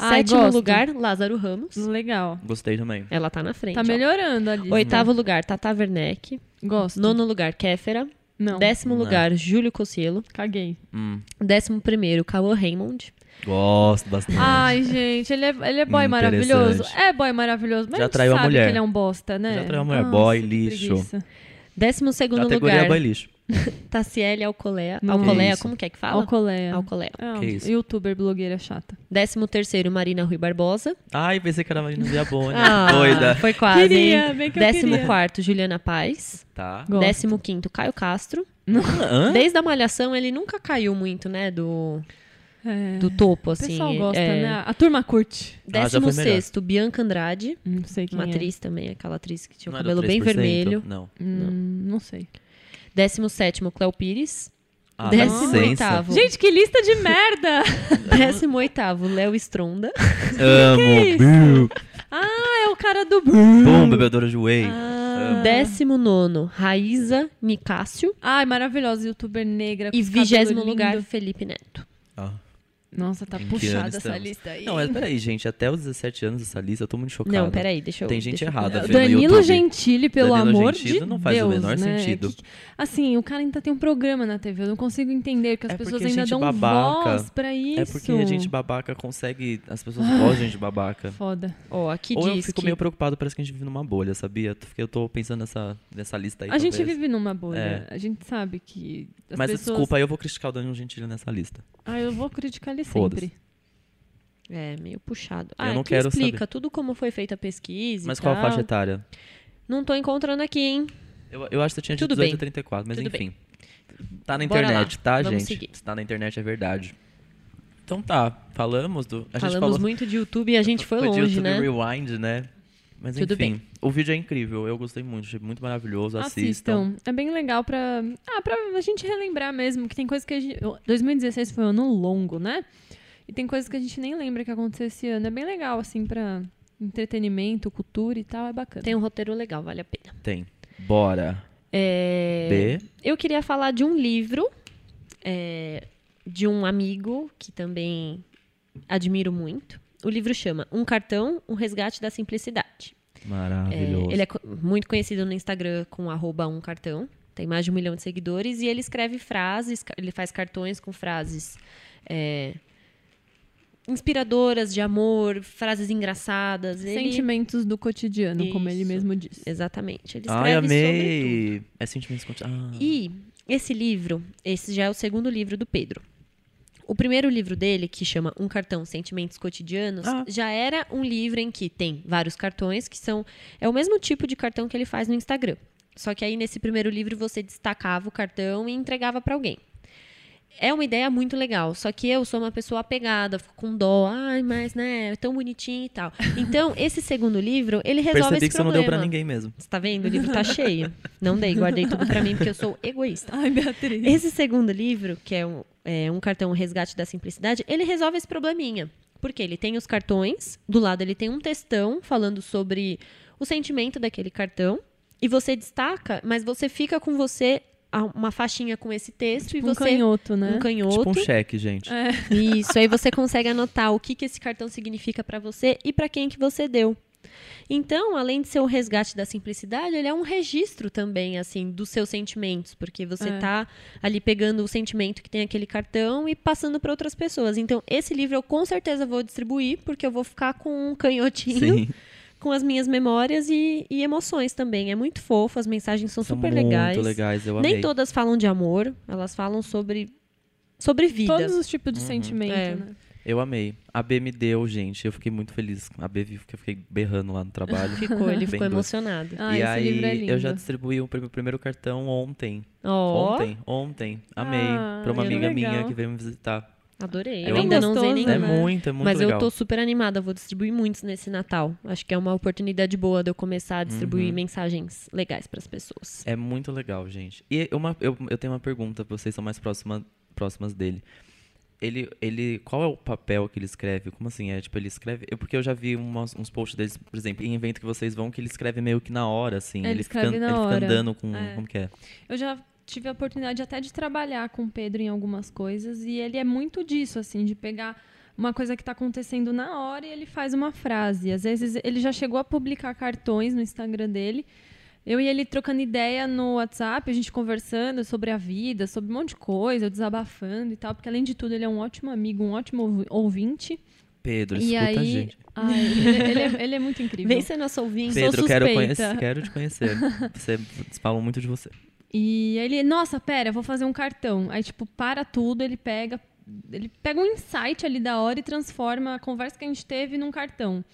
Ai, Sétimo gosto. lugar, Lázaro Ramos. Legal. Gostei também. Ela tá na frente. Tá ó. melhorando ali. Oitavo lugar, Tata Werneck. Gosto. Nono lugar, Kéfera. Não, Décimo Não. lugar, Júlio Cossielo. caguei. Hum, Décimo primeiro, Cauã Raymond. gosto bastante. Ah, Ai, gente, ele é, ele é boy Hum, Interessante. maravilhoso. É boy maravilhoso, mas Já a gente traiu a sabe mulher. que ele é um bosta, né? Já traiu a mulher. Nossa, Boy, que lixo. preguiça. Décimo segundo Categoria lugar, boy lixo. Tassiele Alcolea. Nossa. Alcolea, Isso. como que é que fala? Alcoleia. Alcolea. É, um Que isso. Youtuber, blogueira chata. Décimo terceiro, Marina Rui Barbosa. Ai, pensei que era a Marina Diabone. Ah, né? Doida. Foi quase. hein? Queria, bem que eu Décimo queria. quarto, Juliana Paz. Tá. Gosto. Décimo quinto, Caio Castro. Hã? Desde a Malhação, ele nunca caiu muito, né? Do, É. do topo, O assim. pessoal gosta, é. né? A turma curte. Ah, já Décimo Ah, foi melhor. sexto, Bianca Andrade. Não sei quem Uma é. atriz também, aquela atriz que tinha o Não é do cabelo bem 3%? vermelho. Não. Hum, não sei. Décimo sétimo, Cléo Pires. Ah, Décimo licença. oitavo. Gente, que lista de merda! Décimo oitavo, Léo Stronda. é Amo. Biu. ah, é o cara do... Bom, bebedora de whey. Ah. Amo. Décimo nono, Raíza Nicásio. Ai, maravilhosa, youtuber negra. com E os cabelos vigésimo lindo. lugar, Felipe Neto. Ah. Nossa, tá Em que ano puxada essa estamos? lista aí. Não, mas peraí, gente. Até os 17 anos essa lista, eu tô muito chocado. Não, peraí, deixa eu... Tem gente deixa eu- errada. vendo no Danilo YouTube. Gentili, pelo Danilo amor Gentili de não faz o Deus, menor né? sentido. Que- assim, o cara ainda tem um programa na TV. Eu não consigo entender que as É porque pessoas ainda gente dão babaca. voz pra isso. É porque a gente babaca consegue. As pessoas gostam de gente babaca. Foda. Ó, aqui Ou eu diz fico que... meio preocupado, parece que a gente vive numa bolha, sabia? Porque eu tô pensando nessa, nessa lista aí. a gente talvez. vive numa bolha. É. A gente sabe que as Mas pessoas... desculpa, aí eu vou criticar o Danilo Gentili nessa lista. Ah, eu vou criticar ele Foda-se. sempre. É, meio puxado. Eu Ah, não aqui quero explica saber. tudo como foi feita a pesquisa e Mas qual a tal. faixa etária? Não tô encontrando aqui, hein? Eu, eu acho que você tinha de Tudo 18 bem. a 34, mas Tudo enfim. Tá na Bora lá, internet, tá, vamos gente? seguir. Se tá na internet é verdade. Então tá, falamos do. A gente Falamos falou muito de YouTube e a gente foi de longe, YouTube né? Rewind, né? Mas Tudo enfim, bem. o vídeo é incrível, eu gostei muito, achei muito maravilhoso, assistam. Assistam. É bem legal pra. Ah, pra a gente relembrar mesmo, que tem coisa que a gente. 2016 foi um ano longo, né? E tem coisas que a gente nem lembra que aconteceu esse ano. É bem legal, assim, pra entretenimento, cultura e tal. É bacana. Tem um roteiro legal, vale a pena. Tem. Bora. É, B. Eu queria falar de um livro é, de um amigo que também admiro muito. O livro chama Um Cartão, um Resgate da Simplicidade. É, Maravilhoso. ele é co- muito conhecido no Instagram com arroba um cartão. Tem mais de um milhão de seguidores. E ele escreve frases, ca- ele faz cartões com frases é, inspiradoras de amor, frases engraçadas. Ele, Sentimentos do cotidiano, como ele Isso. mesmo disse. exatamente. Ele escreve Ai, sobre tudo. amei. É sentimentos conti- ah, E esse livro, esse já é o segundo livro do Pedro. O primeiro livro dele, que chama Um Cartão Sentimentos Cotidianos, Ah. já era um livro em que tem vários cartões, que são. É o mesmo tipo de cartão que ele faz no Instagram. Só que aí, nesse primeiro livro, você destacava o cartão e entregava para alguém. É uma ideia muito legal, só que eu sou uma pessoa apegada, fico com dó, ai, mas né, é tão bonitinho e tal. Então, esse segundo livro, ele resolve Percebi esse que você problema. não deu pra ninguém mesmo. Você tá vendo? O livro tá cheio. Não dei, guardei tudo pra mim porque eu sou egoísta. Ai, Beatriz. Esse segundo livro, que é um, é um cartão Resgate da Simplicidade, ele resolve esse probleminha. Porque ele tem os cartões, do lado ele tem um textão falando sobre o sentimento daquele cartão, e você destaca, mas você fica com você a- uma faixinha com esse texto e um você. canhoto, né? Um canhoto. Tipo um cheque, gente. É, Isso, aí você consegue anotar o que, que esse cartão significa pra você e pra quem que você deu. Então, além de ser o resgate da simplicidade, ele é um registro também, assim, dos seus sentimentos, porque você É. tá ali pegando o sentimento que tem aquele cartão e passando pra outras pessoas. Então, esse livro eu com certeza vou distribuir, porque eu vou ficar com um canhotinho Sim. com as minhas memórias e, e emoções também. É muito fofo, as mensagens são, São super muito legais. legais, eu amei. Nem todas falam de amor, elas falam sobre sobre vida. Todos os tipos Uhum. de sentimento, É. né? Eu amei. A B me deu, gente. Eu fiquei muito feliz. A B viu que eu fiquei berrando lá no trabalho. Ficou, Bem ele ficou doce. emocionado. Ah, e esse aí, livro é lindo. eu já distribuí o pr- meu primeiro cartão ontem. Ó, Ontem, ontem. Amei. Ah, pra uma que amiga legal. minha que veio me visitar. adorei. É Eu bem ainda não usei gostoso, É nenhum. né? muito, é muito Mas legal. eu tô super animada, vou distribuir muitos nesse Natal. Acho que é uma oportunidade boa de eu começar a Uhum. distribuir mensagens legais pras pessoas. É muito legal, gente. E uma, eu, eu tenho uma pergunta, vocês são mais próxima, próximas dele. Ele, ele, qual é o papel que ele escreve? Como assim? É tipo, ele escreve. Eu, porque eu já vi umas- uns posts deles, por exemplo, em evento que vocês vão, que ele escreve meio que na hora, assim. Ele fica, escreve na ele hora. fica andando com. É. Como que é? Eu já tive a oportunidade até de trabalhar com o Pedro em algumas coisas e ele é muito disso, assim, de pegar uma coisa que está acontecendo na hora e ele faz uma frase. Às vezes ele já chegou a publicar cartões no Instagram dele. Eu e ele trocando ideia no WhatsApp, a gente conversando sobre a vida, sobre um monte de coisa, eu desabafando e tal, porque além de tudo ele é um ótimo amigo, um ótimo ouvi- ouvinte. Pedro, e escuta aí, a gente. Ai, ele, ele é, ele é muito incrível. Vem ser nosso ouvinte. Pedro, sou quero, suspeita. conhecer, quero te conhecer. Você falam muito de você. E aí ele, nossa, pera, eu vou fazer um cartão. Aí, tipo, para tudo, ele pega. Ele pega um insight ali da hora e transforma a conversa que a gente teve num cartão.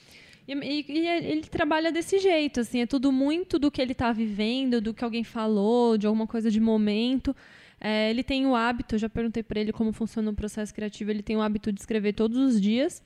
E, e- e é, ele trabalha desse jeito, assim, é tudo muito do que ele tá vivendo, do que alguém falou, de alguma coisa de momento. É, ele tem o hábito, eu já perguntei para ele como funciona o processo criativo, ele tem o hábito de escrever todos os dias.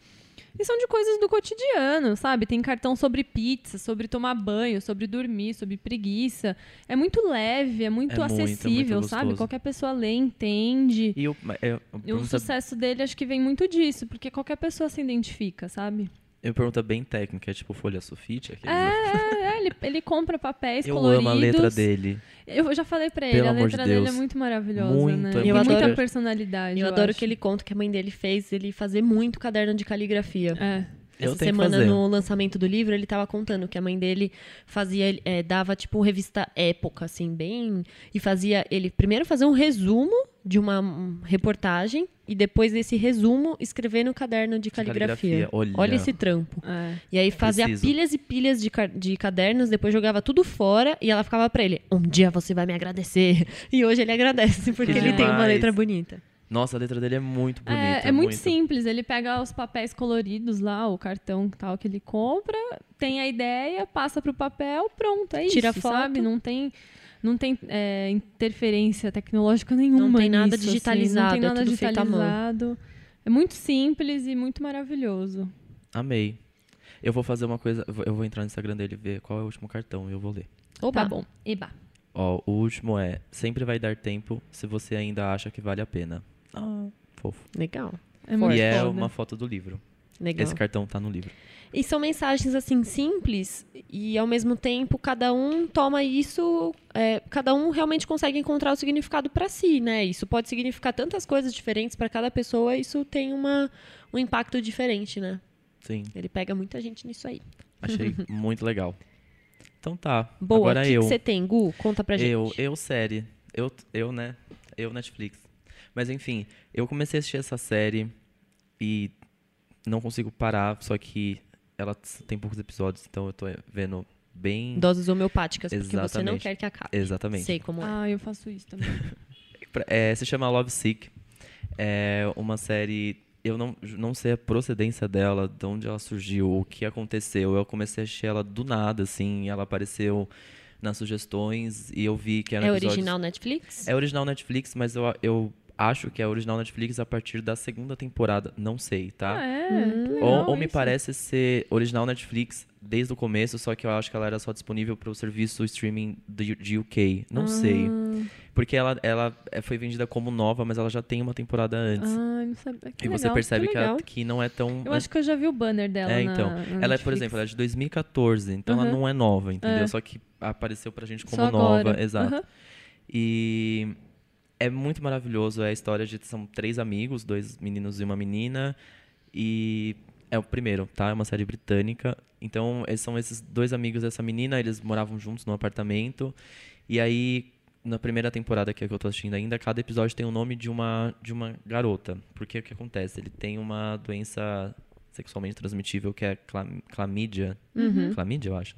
E são de coisas do cotidiano, sabe? Tem cartão sobre pizza, sobre tomar banho, sobre dormir, sobre preguiça. É muito leve, é muito É muito, é muito acessível, sabe? gostoso. Qualquer pessoa lê, entende. E o, eu, eu, E o pergunta- sucesso dele acho que vem muito disso, porque qualquer pessoa se identifica, sabe? eu pergunta bem técnica, é tipo folha sulfite. É, aqueles- assim? é, é, ele, ele compra papéis eu coloridos. amo a letra dele. Eu já falei pra ele, Pelo a amor de letra dele é Deus. muito maravilhosa, Muito, né? é Tem muito muita maravilhosa. personalidade. Eu, Eu, adoro acho. aquele conto que a mãe dele fez, ele fazer muito caderno de caligrafia. É. Eu Essa tenho que semana fazer. no lançamento do livro, ele tava contando que a mãe dele fazia, eh, dava tipo revista época, assim, bem. E fazia ele primeiro fazer um resumo de uma hum, reportagem e depois desse resumo escrever no caderno de caligrafia. caligrafia, olha. esse trampo. é. E aí fazia Preciso. pilhas e pilhas de, ca- de cadernos, depois jogava tudo fora e ela ficava pra ele: Um dia você vai me agradecer. E hoje ele agradece, porque Que ele tem uma demais. letra bonita. Nossa, a letra dele é muito bonita. É, é muito simples. Ele pega os papéis coloridos lá, o cartão tal que ele compra, tem a ideia, passa pro papel, pronto, é Tira isso, foto. sabe? Não tem não tem é, interferência tecnológica nenhuma Não tem nada nisso, assim, digitalizado, não tem é nada tudo feito à mão. digitalizado. É muito simples e muito maravilhoso. Amei. Eu vou fazer uma coisa. Eu vou entrar no Instagram dele e ver qual é o último cartão e eu vou ler. Opa. Tá bom. Eba. Ó, o último é: sempre vai dar tempo se você ainda acha que vale a pena. Ah, fofo. Legal. É muito e é foda. uma foto do livro. Legal. Esse cartão tá no livro. E são mensagens assim simples e ao mesmo tempo cada um toma isso, é, cada um realmente consegue encontrar o significado para si, né? Isso pode significar tantas coisas diferentes para cada pessoa, isso tem uma, um impacto diferente, né? Sim, Ele pega muita gente nisso aí. achei muito legal. Então tá. Boa, o agora que que eu. você tem, Gu? Conta pra gente. Eu, eu série. Eu, eu, né? Eu Netflix. Mas enfim, eu comecei a assistir essa série e não consigo parar, só que ela t- tem poucos episódios, então eu tô vendo bem. Doses homeopáticas, porque você não Exatamente. quer que acabe. Exatamente. Sei como é. Ah, eu faço isso também. Pra- é, se chama Love Sick. É uma série. Eu não, não sei a procedência dela, de onde ela surgiu, o que aconteceu. Eu comecei a assistir ela do nada, assim. Ela apareceu nas sugestões e eu vi que era um É episódios- original Netflix? É original Netflix, mas eu, eu acho que é original Netflix a partir da segunda temporada. Não sei, Ah, tá? é? Hum. Que ou, legal ou me isso. parece ser original Netflix desde o começo, só que eu acho que ela era só disponível para o serviço streaming de, de UK. Ah. Não sei. Porque ela, ela é- foi vendida como nova, mas ela já tem uma temporada antes. Ah, não sabia. Que e você legal. percebe que que, ela- legal. que não é tão. Eu acho que eu já vi o banner dela. É, na- então. na Ela é, Netflix. por exemplo, ela é de 2014, então ela Uhum. não é nova, entendeu? É. Só que apareceu pra gente como Só nova, agora. exato. Uhum. E é muito maravilhoso. É a história de. São três amigos, dois meninos e uma menina. E é o primeiro, tá? É uma série britânica. Então, esses são esses dois amigos dessa menina. Eles moravam juntos num apartamento. E aí, na primeira temporada que, é que eu tô assistindo ainda, cada episódio tem o nome de uma, de uma garota. Porque o que acontece? Ele tem uma doença sexualmente transmitível que é clam- clamídia. Clamídia, eu acho.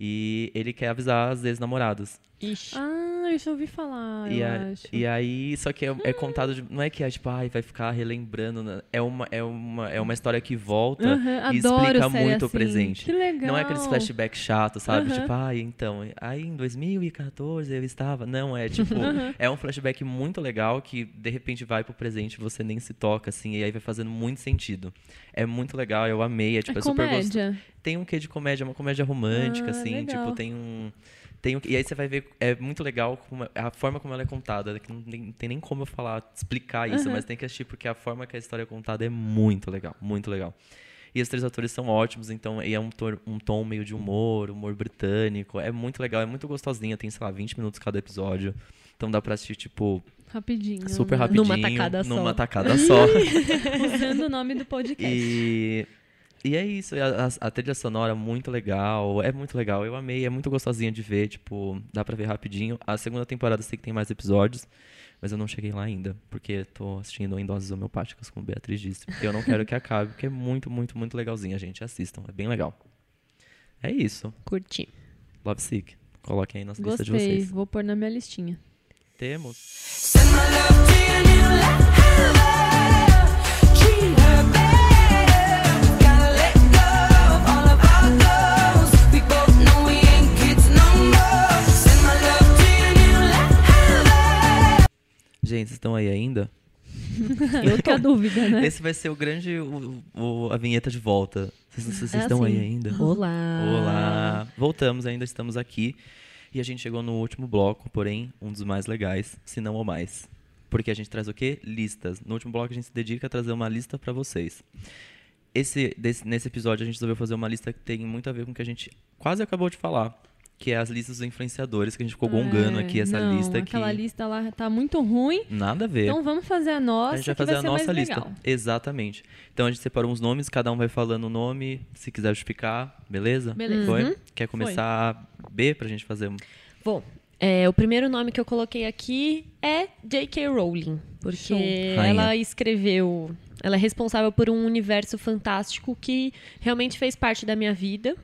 E ele quer avisar as ex-namoradas. Ixi. Ah, eu já ouvi falar, E, eu a- acho. Hum. e aí, só que é, é contado, de- não é que é tipo, ai, vai ficar relembrando, né? é uma, é uma, é uma história que volta Aham, e adoro explica série muito o assim. presente. Que legal. Não é aqueles flashback chato, sabe? Aham. Tipo, ai, então, aí em 2014 eu estava. Não, é tipo, é um flashback muito legal que de repente vai pro presente e você nem se toca, assim, e aí vai fazendo muito sentido. É muito legal, eu amei, é, tipo, é, é super gostoso comédia. tem um quê de comédia, uma comédia romântica, Ah, assim, legal. tipo, tem um. Tem um, e aí você vai ver, é muito legal como- a forma como ela é contada, que não tem, não tem nem como eu falar, explicar isso, mas tem que assistir, porque a forma que a história é contada é muito legal, muito legal. E os três atores são ótimos, então, e é um, tor- um tom meio de humor, humor britânico, é muito legal, é muito gostosinha, tem, sei lá, 20 minutos cada episódio, então dá pra assistir, tipo, Rapidinho. super né? rapidinho, tacada só. numa tacada só. Usando o nome do podcast. E, e é isso, e a, a- a trilha sonora é muito legal, é muito legal, eu amei, é muito gostosinha de ver, tipo, dá pra ver rapidinho. A segunda temporada eu sei que tem mais episódios, mas eu não cheguei lá ainda, porque tô assistindo em doses homeopáticas, como Beatriz disse, porque eu não quero que acabe, porque é muito, muito, muito legalzinha, gente, assistam, é bem legal. É isso, Curti. Love Sick, coloquem aí nas listas de Gostei, vocês. vou pôr na minha listinha. Temos? Send my love to your new lover. Treat her better. Gotta let go of all of our goals. We both know we ain't kids no more. Send my love to your new lover. Gente, vocês estão aí ainda? Eu tô a dúvida, É. né? Esse vai ser o grande, o, o- a vinheta de volta. Vocês, vocês É estão aí assim. ainda? Olá. Ah. Olá! Voltamos, ainda estamos aqui. E a gente chegou no último bloco, porém, um dos mais legais, se não o mais. Porque a gente traz o quê? Listas. No último bloco a gente se dedica a trazer uma lista para vocês. Esse, desse- nesse episódio a gente resolveu fazer uma lista que tem muito a ver com o que a gente quase acabou de falar. Que é as listas dos influenciadores, que a gente ficou gongando É, aqui essa não, lista aqui. Aquela lista lá tá muito ruim. Nada a ver. Então vamos fazer a nossa. a gente vai que fazer a ser nossa mais lista. legal. Exatamente. Então a gente separou uns nomes, cada um vai falando o nome, se quiser justificar, beleza? Beleza. Foi? Quer começar B pra gente fazer um. Bom, é, o primeiro nome que eu coloquei aqui é J.K. Rowling, porque Show. ela escreveu, ela é responsável por um universo fantástico que realmente fez parte da minha vida.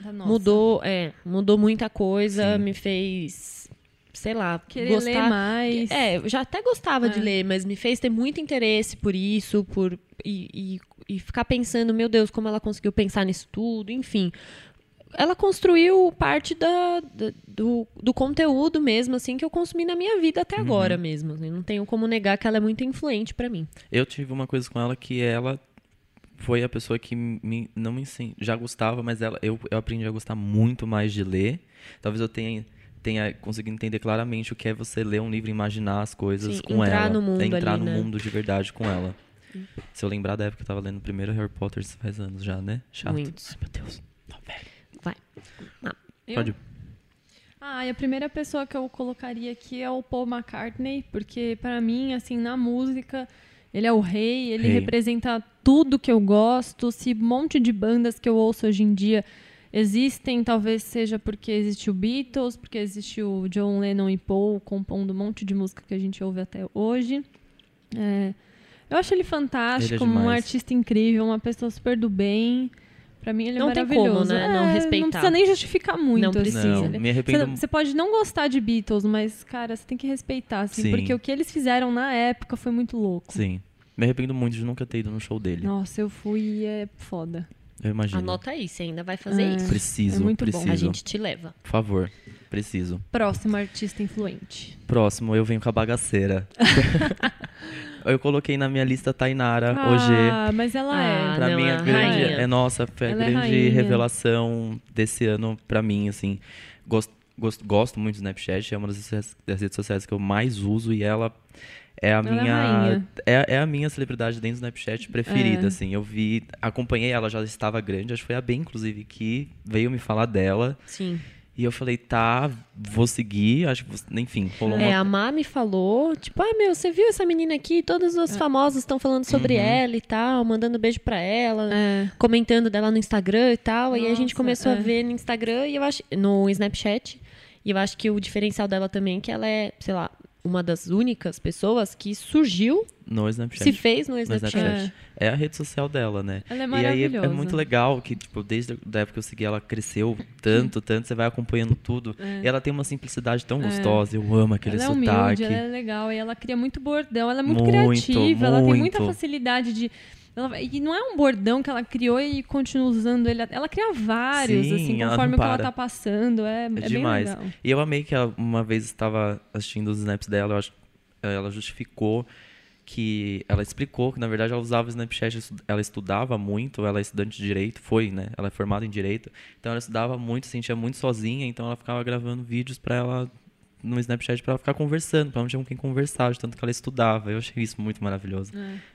Da nossa. Mudou, é, mudou muita coisa, Sim. me fez sei lá, Querer gostar. ler mais. É, eu já até gostava de É. ler, mas me fez ter muito interesse por isso, por e, e, e ficar pensando, meu Deus, como ela conseguiu pensar nisso tudo, enfim. Ela construiu parte da, da- do, do conteúdo mesmo, assim, que eu consumi na minha vida Uhum. até agora mesmo. assim, não tenho como negar que ela é muito influente pra mim. Eu tive uma coisa com ela que ela foi a pessoa que me, não me ensinou. Já gostava, mas ela, eu, eu aprendi a gostar muito mais de ler. Talvez eu tenha, tenha conseguido entender claramente o que é você ler um livro e imaginar as coisas Sim, com entrar ela. no mundo é entrar ali, no né? mundo de verdade com ela. Se eu lembrar da época que eu tava lendo o primeiro Harry Potter, isso faz anos já, né? Chato. Muitos. Ai, meu Deus. Não, velho. Eu? Pode. Ah, e a primeira pessoa que eu colocaria aqui é o Paul McCartney, porque pra mim, assim, na música, ele é o rei, ele Rei. representa tudo que eu gosto. Se um monte de bandas que eu ouço hoje em dia existem, talvez seja porque existiu Beatles, porque existiu John Lennon e Paul compondo um monte de música que a gente ouve até hoje. É, eu acho ele fantástico, um é demais. artista incrível, uma pessoa super do bem. Pra mim, ele Não é tem maravilhoso. como, né, não É, respeitar. Não precisa nem justificar muito. Não assim, precisa. Não, né? me arrependo Você pode não gostar de Beatles, mas, cara, você tem que respeitar, assim, Sim. porque o que eles fizeram na época foi muito louco. Sim. Me arrependo muito de nunca ter ido no show dele. Nossa, eu fui e é foda. Eu imagino. Anota aí, você ainda vai fazer É. isso. Preciso, É muito bom. preciso. A gente te leva. Por favor, preciso. Próximo artista influente. Próximo, eu venho com a bagaceira. eu coloquei na minha lista Tainara, hoje. Ah, mas ela Ah, é. Pra não, mim, é a a grande, rainha. é nossa, foi a Ela é grande rainha. revelação desse ano pra mim, assim. Gosto, gosto, gosto muito do Snapchat, é uma das, redes- das redes sociais que eu mais uso e ela é a Ela é minha rainha. é, é a minha celebridade dentro do Snapchat preferida, É. assim. Eu vi, acompanhei ela, já estava grande, acho que foi a Ben inclusive que veio me falar dela. Sim. E eu falei, tá, vou seguir, acho que, vou- enfim, rolou uma É, a Má me falou, tipo, ah, meu, você viu essa menina aqui? Todas as É. famosas estão falando sobre Uhum. ela e tal, mandando beijo pra ela, É. comentando dela no Instagram e tal. aí a gente Nossa, começou é. a ver no Instagram e eu acho. No Snapchat. E eu acho que o diferencial dela também é que ela é, sei lá, uma das únicas pessoas que surgiu, no Snapchat. se fez no no Snapchat. Snapchat. É. a rede social dela, né? Ela é E aí é- é, maravilhosa. muito legal que, tipo, desde a época que eu segui, ela cresceu tanto, tanto, você vai acompanhando tudo. E ela tem uma simplicidade tão gostosa, eu amo aquele É. ela é humilde, sotaque. ela é legal, e ela cria muito bordão, ela é muito, Muito, criativa, ela tem muita muito. facilidade de. ela- e não é um bordão que ela criou e continua usando ele. Ela cria vários, Sim, assim, ela não conforme o que ela para. tá passando. É, é É bem demais. legal. E eu amei que ela, uma vez estava assistindo os snaps dela, eu acho, eh, ela justificou que ela explicou que na verdade ela usava o Snapchat, estu- ela estudava muito, ela é estudante de direito, foi, né? Ela é formada em direito, então ela estudava muito, se sentia muito sozinha, então ela ficava gravando vídeos pra ela no Snapchat pra ela ficar conversando, pra ela não tinha com quem conversar, de tanto que ela estudava. Eu achei isso muito maravilhoso.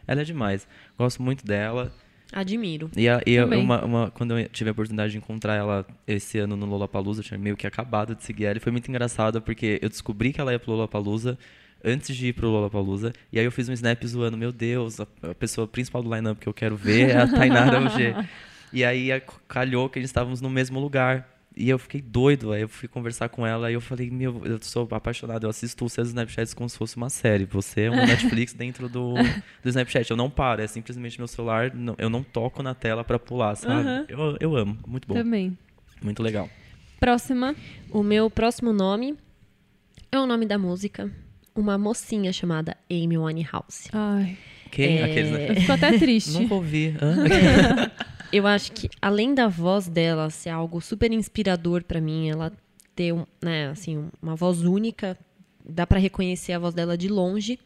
Ela é demais. Gosto muito dela. É. Admiro. E, a, e a- Também. uma, uma- quando eu tive a oportunidade de encontrar ela esse ano no Lollapalooza, eu tinha meio que acabado de seguir ela. E foi muito engraçado, porque eu descobri que ela ia pro Lollapalooza antes de ir pro Lollapalooza. E aí eu fiz um snap zoando, meu Deus, a, a pessoa principal do line-up que eu quero ver é a Tainara OG. E aí a- calhou que a gente estávamos no mesmo lugar. E eu fiquei doido, aí eu fui conversar com ela e eu falei, meu, eu sou apaixonado, eu assisto os seus Snapchats como se fosse uma série. Você é uma Netflix dentro do, do Snapchat. Eu não paro, é simplesmente meu celular, não- eu não toco na tela pra pular, sabe? Aham. Eu, eu amo, muito bom, Também. muito legal. Próxima. O meu próximo nome é o nome da música. Uma mocinha chamada Amy Winehouse. Ai. Quem? É. Aqueles, né? Eu fico até triste. Nunca ouvi. hã? Eu acho que além da voz dela ser algo super inspirador pra mim, ela ter um, né, assim, um- uma voz única, dá pra reconhecer a voz dela de longe.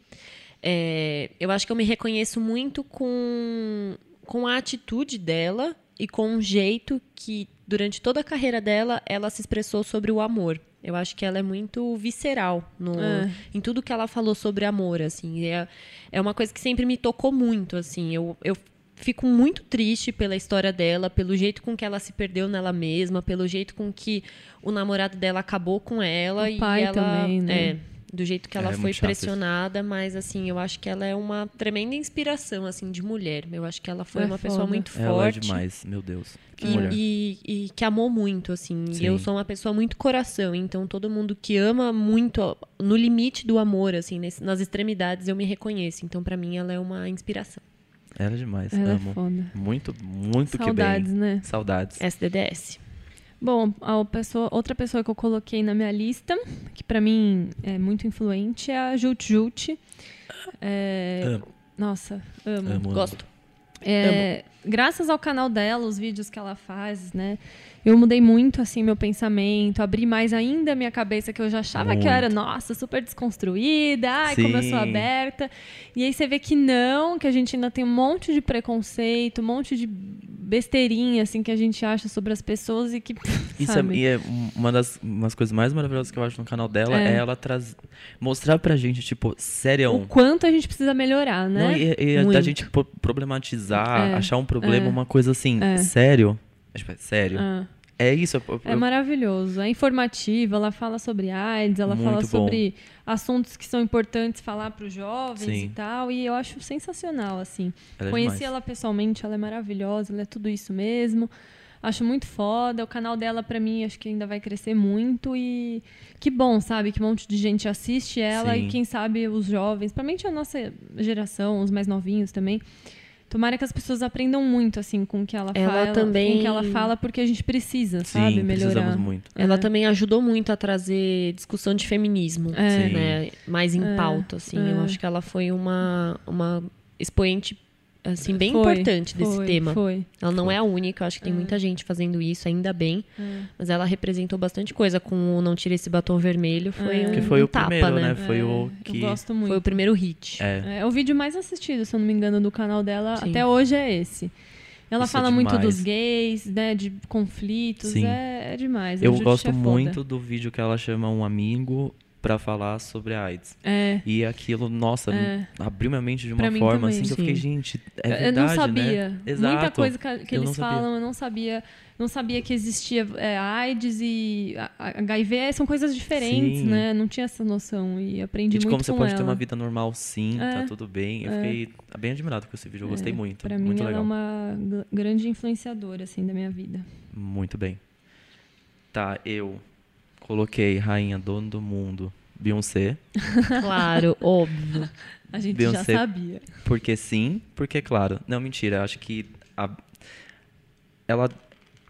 É, eu acho que eu me reconheço muito com com a atitude dela e com o jeito que durante toda a carreira dela ela se expressou sobre o amor. Eu acho que ela é muito visceral no, É. em tudo que ela falou sobre amor, assim. É, é uma coisa que sempre me tocou muito, assim. Eu, eu fico muito triste pela história dela, pelo jeito com que ela se perdeu nela mesma, pelo jeito com que o namorado dela acabou com ela. O e pai ela- também, né? É, do jeito que ela É, é foi muito chato isso. pressionada, mas, assim, eu acho que ela é uma tremenda inspiração, assim, de mulher. Eu acho que ela foi É uma pessoa foda. muito Ela é forte. demais, meu Deus. Que E- mulher. E, e que amou muito, assim. E Sim. eu sou uma pessoa muito coração, então todo mundo que ama muito, ó, no limite do amor, assim, nesse- nas extremidades, eu me reconheço. Então, pra mim, ela é uma inspiração. Ela é demais, Ela é amo. foda. Muito, muito que Saudades, bem. É, né? Saudades. SDDS. Bom, a pessoa- outra pessoa que eu coloquei na minha lista, que pra mim é muito influente, é a Jut Jut. É, Amo, Nossa, amo. amo, amo. Gosto. É, graças ao canal dela, os vídeos que ela faz, né? Eu mudei muito assim meu pensamento, abri mais ainda a minha cabeça que eu já achava que eu era, nossa, super desconstruída, ai, como eu sou Sim. aberta. E aí você vê que não, que a gente ainda tem um monte de preconceito, um monte de besteirinha assim que a gente acha sobre as pessoas e que Isso é, sabe? e é um- uma das umas coisas mais maravilhosas que eu acho no canal dela é, É. ela traz, mostrar pra gente, tipo, o sério. quanto a gente precisa melhorar, né? Não, e, e é da Muito. gente po- problematizar, É, achar um problema, é. uma coisa assim, É. sério. Tipo, é sério. Ah. É isso. eu- É eu- maravilhoso, é informativa, ela fala sobre AIDS, ela fala Muito bom. sobre assuntos que são importantes falar para os jovens Sim. e tal, e eu acho sensacional, assim. ela é Conheci demais. ela pessoalmente, ela é maravilhosa, ela é tudo isso mesmo. Acho muito foda, o canal dela para mim acho que ainda vai crescer muito e que bom, sabe, que um monte de gente assiste ela Sim. e quem sabe os jovens, principalmente a nossa geração, os mais novinhos também. Tomara que as pessoas aprendam muito assim com o que ela, Ela fala, com o também- que ela fala, porque a gente precisa, Sim, sabe, melhorar. precisamos muito. É. Ela também ajudou muito a trazer discussão de feminismo, É. né? Mais em pauta, assim. Eu é. acho que ela foi uma, uma expoente, assim, bem Foi, importante desse foi, tema. Foi. Ela não Foi. é a única, eu acho que tem muita gente fazendo isso, ainda bem. É. Mas ela representou bastante coisa com o Não Tire Esse Batom Vermelho. Foi É. um, Que foi um o tapa, primeiro, né? né? Foi É, o que. Eu gosto muito. Foi o primeiro hit. É. É, o vídeo mais assistido, se eu não me engano, do canal dela Sim. até hoje é esse. Ela Isso é fala muito demais. dos gays, né? De conflitos. Sim. É, é demais. a Eu Judith gosto é foda. muito do vídeo que ela chama um amigo pra falar sobre a AIDS. É. E aquilo, nossa, É. abriu minha mente de Pra uma mim forma também. assim que eu fiquei, Sim. gente, é eu verdade, não sabia. né? Muita Exato. coisa que, que Eu não eles sabia. falam, eu não sabia. Não sabia que existia é, AIDS e a- a- HIV. é, São coisas diferentes, Sim. né? Não tinha essa noção. E aprendi E de muito como você com pode ela. ter uma vida normal sim, É. tá tudo bem. Eu fiquei bem admirado com esse vídeo, eu gostei muito. Pra mim, muito ela legal. é uma gr- grande influenciadora, assim, da minha vida. Muito bem. Tá, eu coloquei Rainha Dono do Mundo, Beyoncé, Claro, óbvio. A gente Beyoncé. já sabia. porque sim, porque claro. Não, mentira, acho que a- ela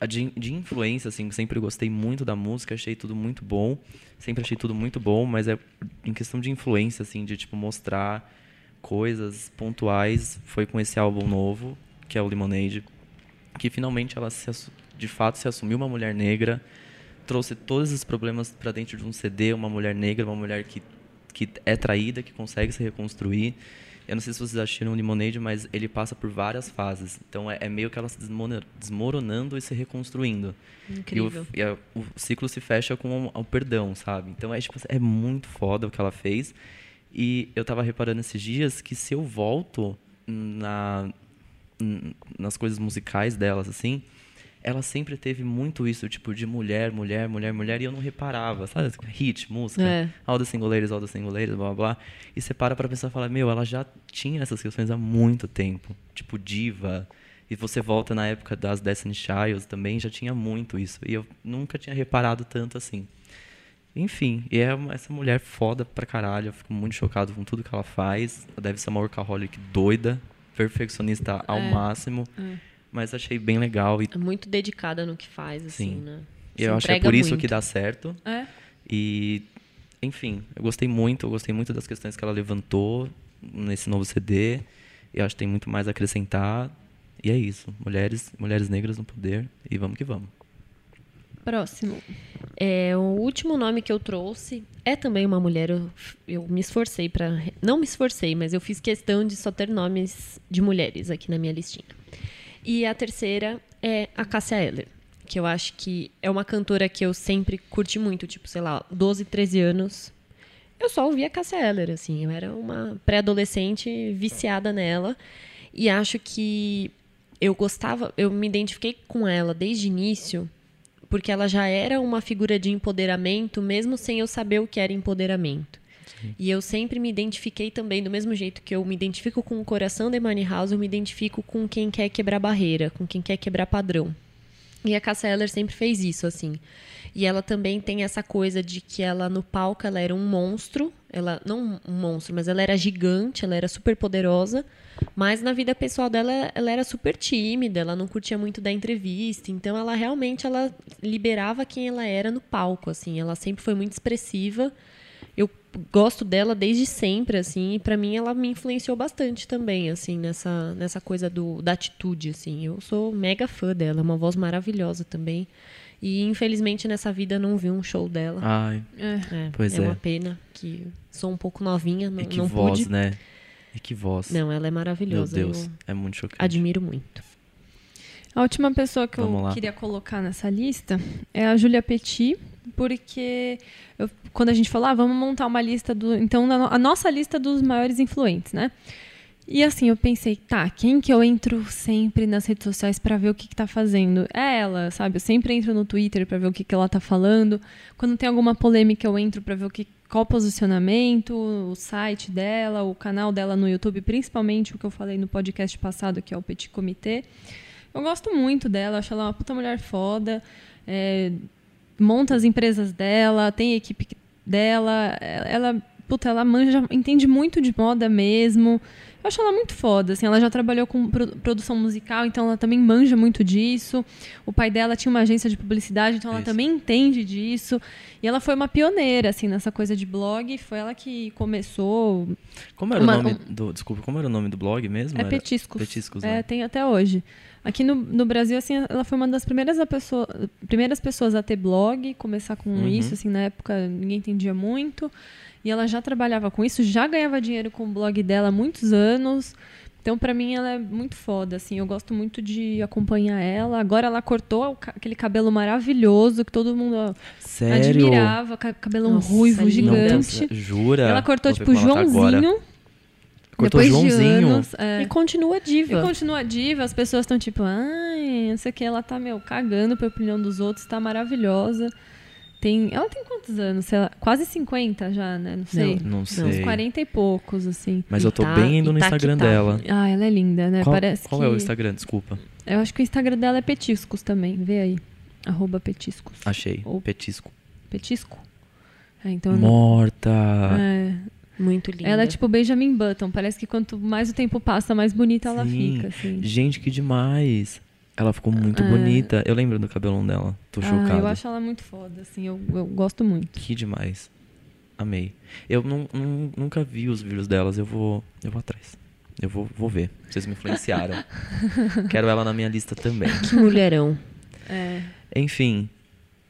a de, de influência assim, sempre gostei muito da música, achei tudo muito bom, sempre achei tudo muito bom, mas é em questão de influência assim, de tipo mostrar coisas pontuais, foi com esse álbum novo, que é o Lemonade, que finalmente ela se assu- de fato se assumiu uma mulher negra, trouxe todos esses problemas para dentro de um CD, uma mulher negra, uma mulher que que é traída, que consegue se reconstruir. Eu não sei se vocês assistiram o Lemonade, mas ele passa por várias fases. Então é, é meio que ela se desmona- desmoronando e se reconstruindo. Incrível. E, o, e a- o ciclo se fecha com o, o perdão, sabe? Então é, tipo, é muito foda o que ela fez. E eu tava reparando esses dias que se eu volto na, n- nas coisas musicais delas, assim, ela sempre teve muito isso, tipo, de mulher, mulher, mulher, mulher, e eu não reparava, sabe? Tipo, Hit, música, É. all the singuleiros, all the singuleiros, blá, blá, blá. E você para pra pensar e fala, meu, ela já tinha essas questões há muito tempo, tipo, diva. E você volta na época das Destiny Childs também, já tinha muito isso. E eu nunca tinha reparado tanto assim. Enfim, e é uma- essa mulher foda pra caralho. Eu fico muito chocado com tudo que ela faz. Ela deve ser uma workaholic doida, perfeccionista ao máximo. Mas achei bem legal. E É muito dedicada no que faz, assim, Sim. né? Se eu acho que é entrega por isso muito. que dá certo. É? E, enfim, eu gostei muito. Eu gostei muito das questões que ela levantou nesse novo CD. Eu acho que tem muito mais a acrescentar. E é isso. Mulheres, mulheres negras no poder. E vamos que vamos. Próximo. É, o último nome que eu trouxe é também uma mulher. Eu, eu me esforcei para Não me esforcei, mas eu fiz questão de só ter nomes de mulheres aqui na minha listinha. E a terceira é a Cássia Eller, que eu acho que é uma cantora que eu sempre curti muito, tipo, sei lá, 12, 13 anos. Eu só ouvia Cássia Eller, assim. Eu era uma pré-adolescente viciada nela. E acho que eu gostava, eu me identifiquei com ela desde o início, porque ela já era uma figura de empoderamento, mesmo sem eu saber o que era empoderamento. E eu sempre me identifiquei também, do mesmo jeito que eu me identifico com o coração da Money House, eu me identifico com quem quer quebrar barreira, com quem quer quebrar padrão. E a Cassia Eller sempre fez isso, assim. E ela também tem essa coisa de que ela, no palco, ela era um monstro. Ela, não um monstro, mas ela era gigante, ela era super poderosa. Mas na vida pessoal dela, ela era super tímida, ela não curtia muito da entrevista. Então, ela realmente, ela liberava quem ela era no palco, assim. Ela sempre foi muito expressiva. Eu gosto dela desde sempre, assim. E pra mim, ela me influenciou bastante também, assim, nessa, nessa coisa do, da atitude, assim. Eu sou mega fã dela, é uma voz maravilhosa também. E, infelizmente, nessa vida não vi um show dela. Ai, É, Ah, pois é é. uma pena que sou um pouco novinha, não, e que não voz, pude. né? E que voz. Não, ela é Meu maravilhosa. Deus, Eu é muito chocante. admiro muito. A última pessoa que Vamos eu lá. queria colocar nessa lista é a Julia Petit, porque eu- quando a gente falou, ah, vamos montar uma lista do. Então, na no- a nossa lista dos maiores influentes, né? E assim, eu pensei, tá, quem que eu entro sempre nas redes sociais pra ver o que, que tá fazendo? É ela, sabe? Eu sempre entro no Twitter pra ver o que, que ela tá falando. Quando tem alguma polêmica, eu entro pra ver o que, qual o posicionamento, o site dela, o canal dela no YouTube, principalmente o que eu falei no podcast passado, que é o Petit Comitê. Eu gosto muito dela, acho ela uma puta mulher foda. é, monta as empresas dela, tem a equipe que- dela. é- Ela, puta, ela manja, entende muito de moda mesmo. Eu acho ela muito foda, assim, ela já trabalhou com pro- produção musical, então ela também manja muito disso. O pai dela tinha uma agência de publicidade, então ela Isso. também entende disso. E ela foi uma pioneira, assim, nessa coisa de blog, foi ela que começou Como era Uma- um- o nome do. Desculpa, como era o nome do blog mesmo? é Era- petiscos. Petiscos, É, né? tem até hoje. Aqui no, no Brasil, assim, ela foi uma das primeiras, a pessoa, primeiras pessoas a ter blog, começar com Uhum. isso, assim, na época ninguém entendia muito. E ela já trabalhava com isso, já ganhava dinheiro com o blog dela há muitos anos. Então, pra mim, ela é muito foda, assim. Eu gosto muito de acompanhar ela. Agora ela cortou o ca- aquele cabelo maravilhoso que todo mundo ó, Sério? admirava. ca- Cabelão Nossa, ruivo, linda. Não, gigante. nossa, jura? ela cortou, Vou ver tipo, como ela tá Joãozinho. agora. Cortou depois de Joãozinho. anos. é. E continua diva. E continua diva, as pessoas estão tipo, ai, não sei o que, ela tá, meu, cagando pra opinião dos outros, tá maravilhosa. Tem, ela tem quantos anos? Sei lá, quase 50 já, né? Não sei. Não Uns sei. 40 e poucos, assim. Mas eu tô E tá- bem indo no e tá que Instagram tá. dela. Ah, ela é linda, né? Qual, Parece qual que... é o Instagram? Desculpa. Eu acho que o Instagram dela é petiscos também, vê aí. Arroba petiscos. Achei. Ou- Petisco. Petisco? É, então... eu não- Morta. É, Muito linda. ela é tipo Benjamin Button, parece que quanto mais o tempo passa, mais bonita ela Sim. fica, assim. Gente, que demais. Ela ficou muito É. bonita. Eu lembro do cabelão dela. Tô chocado. Ah, eu acho ela muito foda, assim, eu, eu gosto muito. Que demais. Amei. Eu não, não- nunca vi os vídeos delas. Eu vou, eu vou atrás. Eu vou, vou ver. Vocês me influenciaram. Quero ela na minha lista também. Que um mulherão. É. Enfim,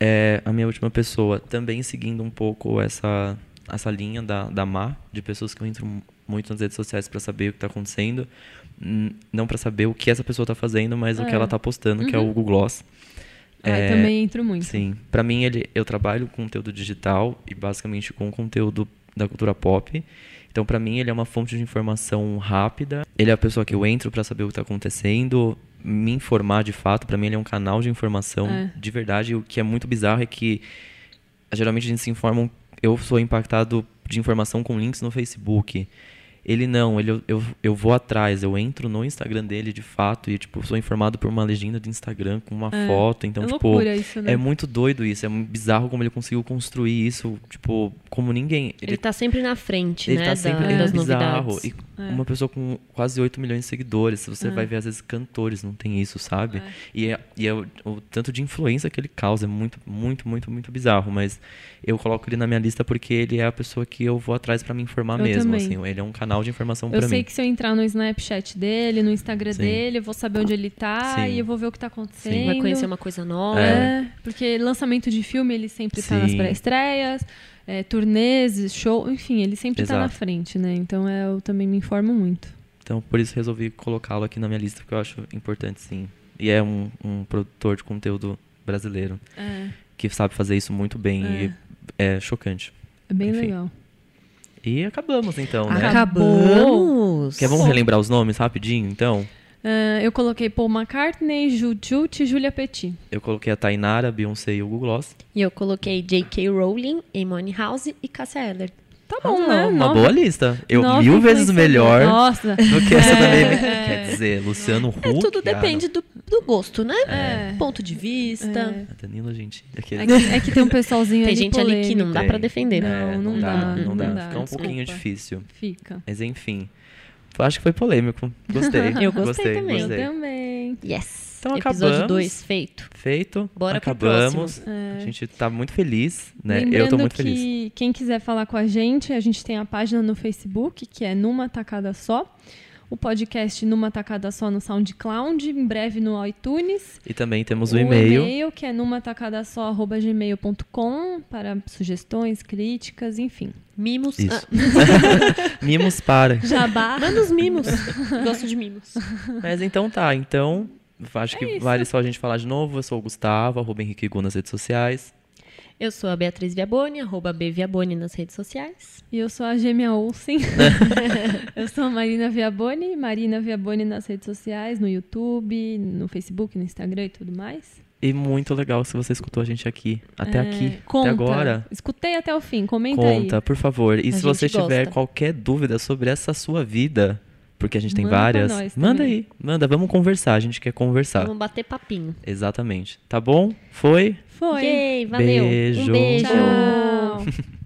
é, a minha última pessoa, também seguindo um pouco essa, essa linha da, da Má, de pessoas que eu entro mu- muito nas redes sociais pra saber o que tá acontecendo. Hum, Não pra saber o que essa pessoa tá fazendo, mas o que É. ela tá postando, que é o Google Gloss. Ah, eu É, também entro muito. Sim, pra mim ele, eu trabalho com conteúdo digital e basicamente com conteúdo da cultura pop. Então pra mim ele é uma fonte de informação rápida. Ele é a pessoa que eu entro pra saber o que tá acontecendo, me informar de fato. Pra mim ele é um canal de informação É. de verdade. E O que é muito bizarro é que geralmente a gente se informa, eu sou impactado de informação com links no Facebook. Ele não, ele, eu, eu vou atrás, eu entro no Instagram dele de fato e, tipo, sou informado por uma legenda do Instagram com uma É. foto. Então, é tipo, loucura isso, né? é muito doido isso, é muito bizarro como ele conseguiu construir isso, tipo, como ninguém. Ele, tá sempre na frente, ele né? tá da- sempre ele é das bizarro. novidades. E É. uma pessoa com quase 8 milhões de seguidores, você É. vai ver, às vezes, cantores não tem isso, sabe? É. E, é, e é o, o tanto de influência que ele causa é muito, muito, muito, muito bizarro. Mas eu coloco ele na minha lista porque ele é a pessoa que eu vou atrás pra me informar Eu mesmo. também. assim. Ele é um canal de informação Eu pra sei mim. que se eu entrar no Snapchat dele, no Instagram Sim. dele, eu vou saber onde ele tá Sim. e eu vou ver o que tá acontecendo. Vai conhecer uma coisa nova. É, porque lançamento de filme ele sempre tá nas Sim. pré-estreias, é, turnês, show, enfim, ele sempre tá na Exato. frente, né? Então é, eu também me informo muito. Então, por isso resolvi colocá-lo aqui na minha lista, porque eu acho importante, sim. E é um, um produtor de conteúdo brasileiro. É, que sabe fazer isso muito bem É. e é chocante. é bem Enfim. legal. E acabamos então, né? Acabamos. Quer, um vamos relembrar os nomes rapidinho, então? É, eu coloquei Paul McCartney, Jujut e Julia Petit. Eu coloquei a Tainara, a Beyoncé e o Google Gloss. E eu coloquei J.K. Rowling, Amon House e Cassia Eller. Tá Ah, bom, não, né? Uma Nove- boa lista. Eu nove né? mil vezes influenciadores. melhor Nossa. do que essa também. É. Quer dizer, Luciano Huck. É, tudo ah, depende do, do gosto, né? É. Ponto de vista. É. ah, não. Danilo Gentili. aquele- É que, é que tem um pessoalzinho Tem ali gente ali que não dá Tem. pra defender. Não. É, não dá, Não não dá. dá, Fica um desculpa. pouquinho difícil. Fica. Mas enfim. Acho que foi polêmico. Gostei. Eu gostei gostei também. Eu gostei. também. Yes. Então Episódio acabamos. 2 feito. Feito. Bora pro acabamos. próximo. A gente tá muito feliz, né? É. Lembrando Eu tô muito que feliz. quem quiser falar com a gente, a gente tem a página no Facebook, que é Numa Tacada Só. O podcast Numa Tacada Só no SoundCloud, em breve no iTunes. E também temos o, e-mail. que é numatacadasó.gmail.com para sugestões, críticas, enfim. Mimos. Isso. Ah, Mimos para. Jabá. manda os mimos. Gosto de mimos. Mas então tá, então. Acho que vale só a gente falar de novo. Eu sou o Gustavo, arroba Henrique Gu nas redes sociais. Eu sou a Beatriz Viaboni, arroba B Viaboni nas redes sociais. E eu sou a Gêmea Olsen. eu sou a Marina Viaboni. Marina Viaboni nas redes sociais, no YouTube, no Facebook, no Instagram e tudo mais. E muito legal se você escutou a gente aqui. Até É, aqui. Conta. Até agora. Escutei até o fim. Comenta Conta, aí. por favor. E A se você gente tiver gosta. qualquer dúvida sobre essa sua vida, porque a gente tem Manda pra várias, nós manda também. aí. Manda, vamos conversar. A gente quer conversar. Vamos bater papinho. Exatamente. Tá bom? Foi? Foi. Yay, valeu. Beijo. Um beijo. Tchau.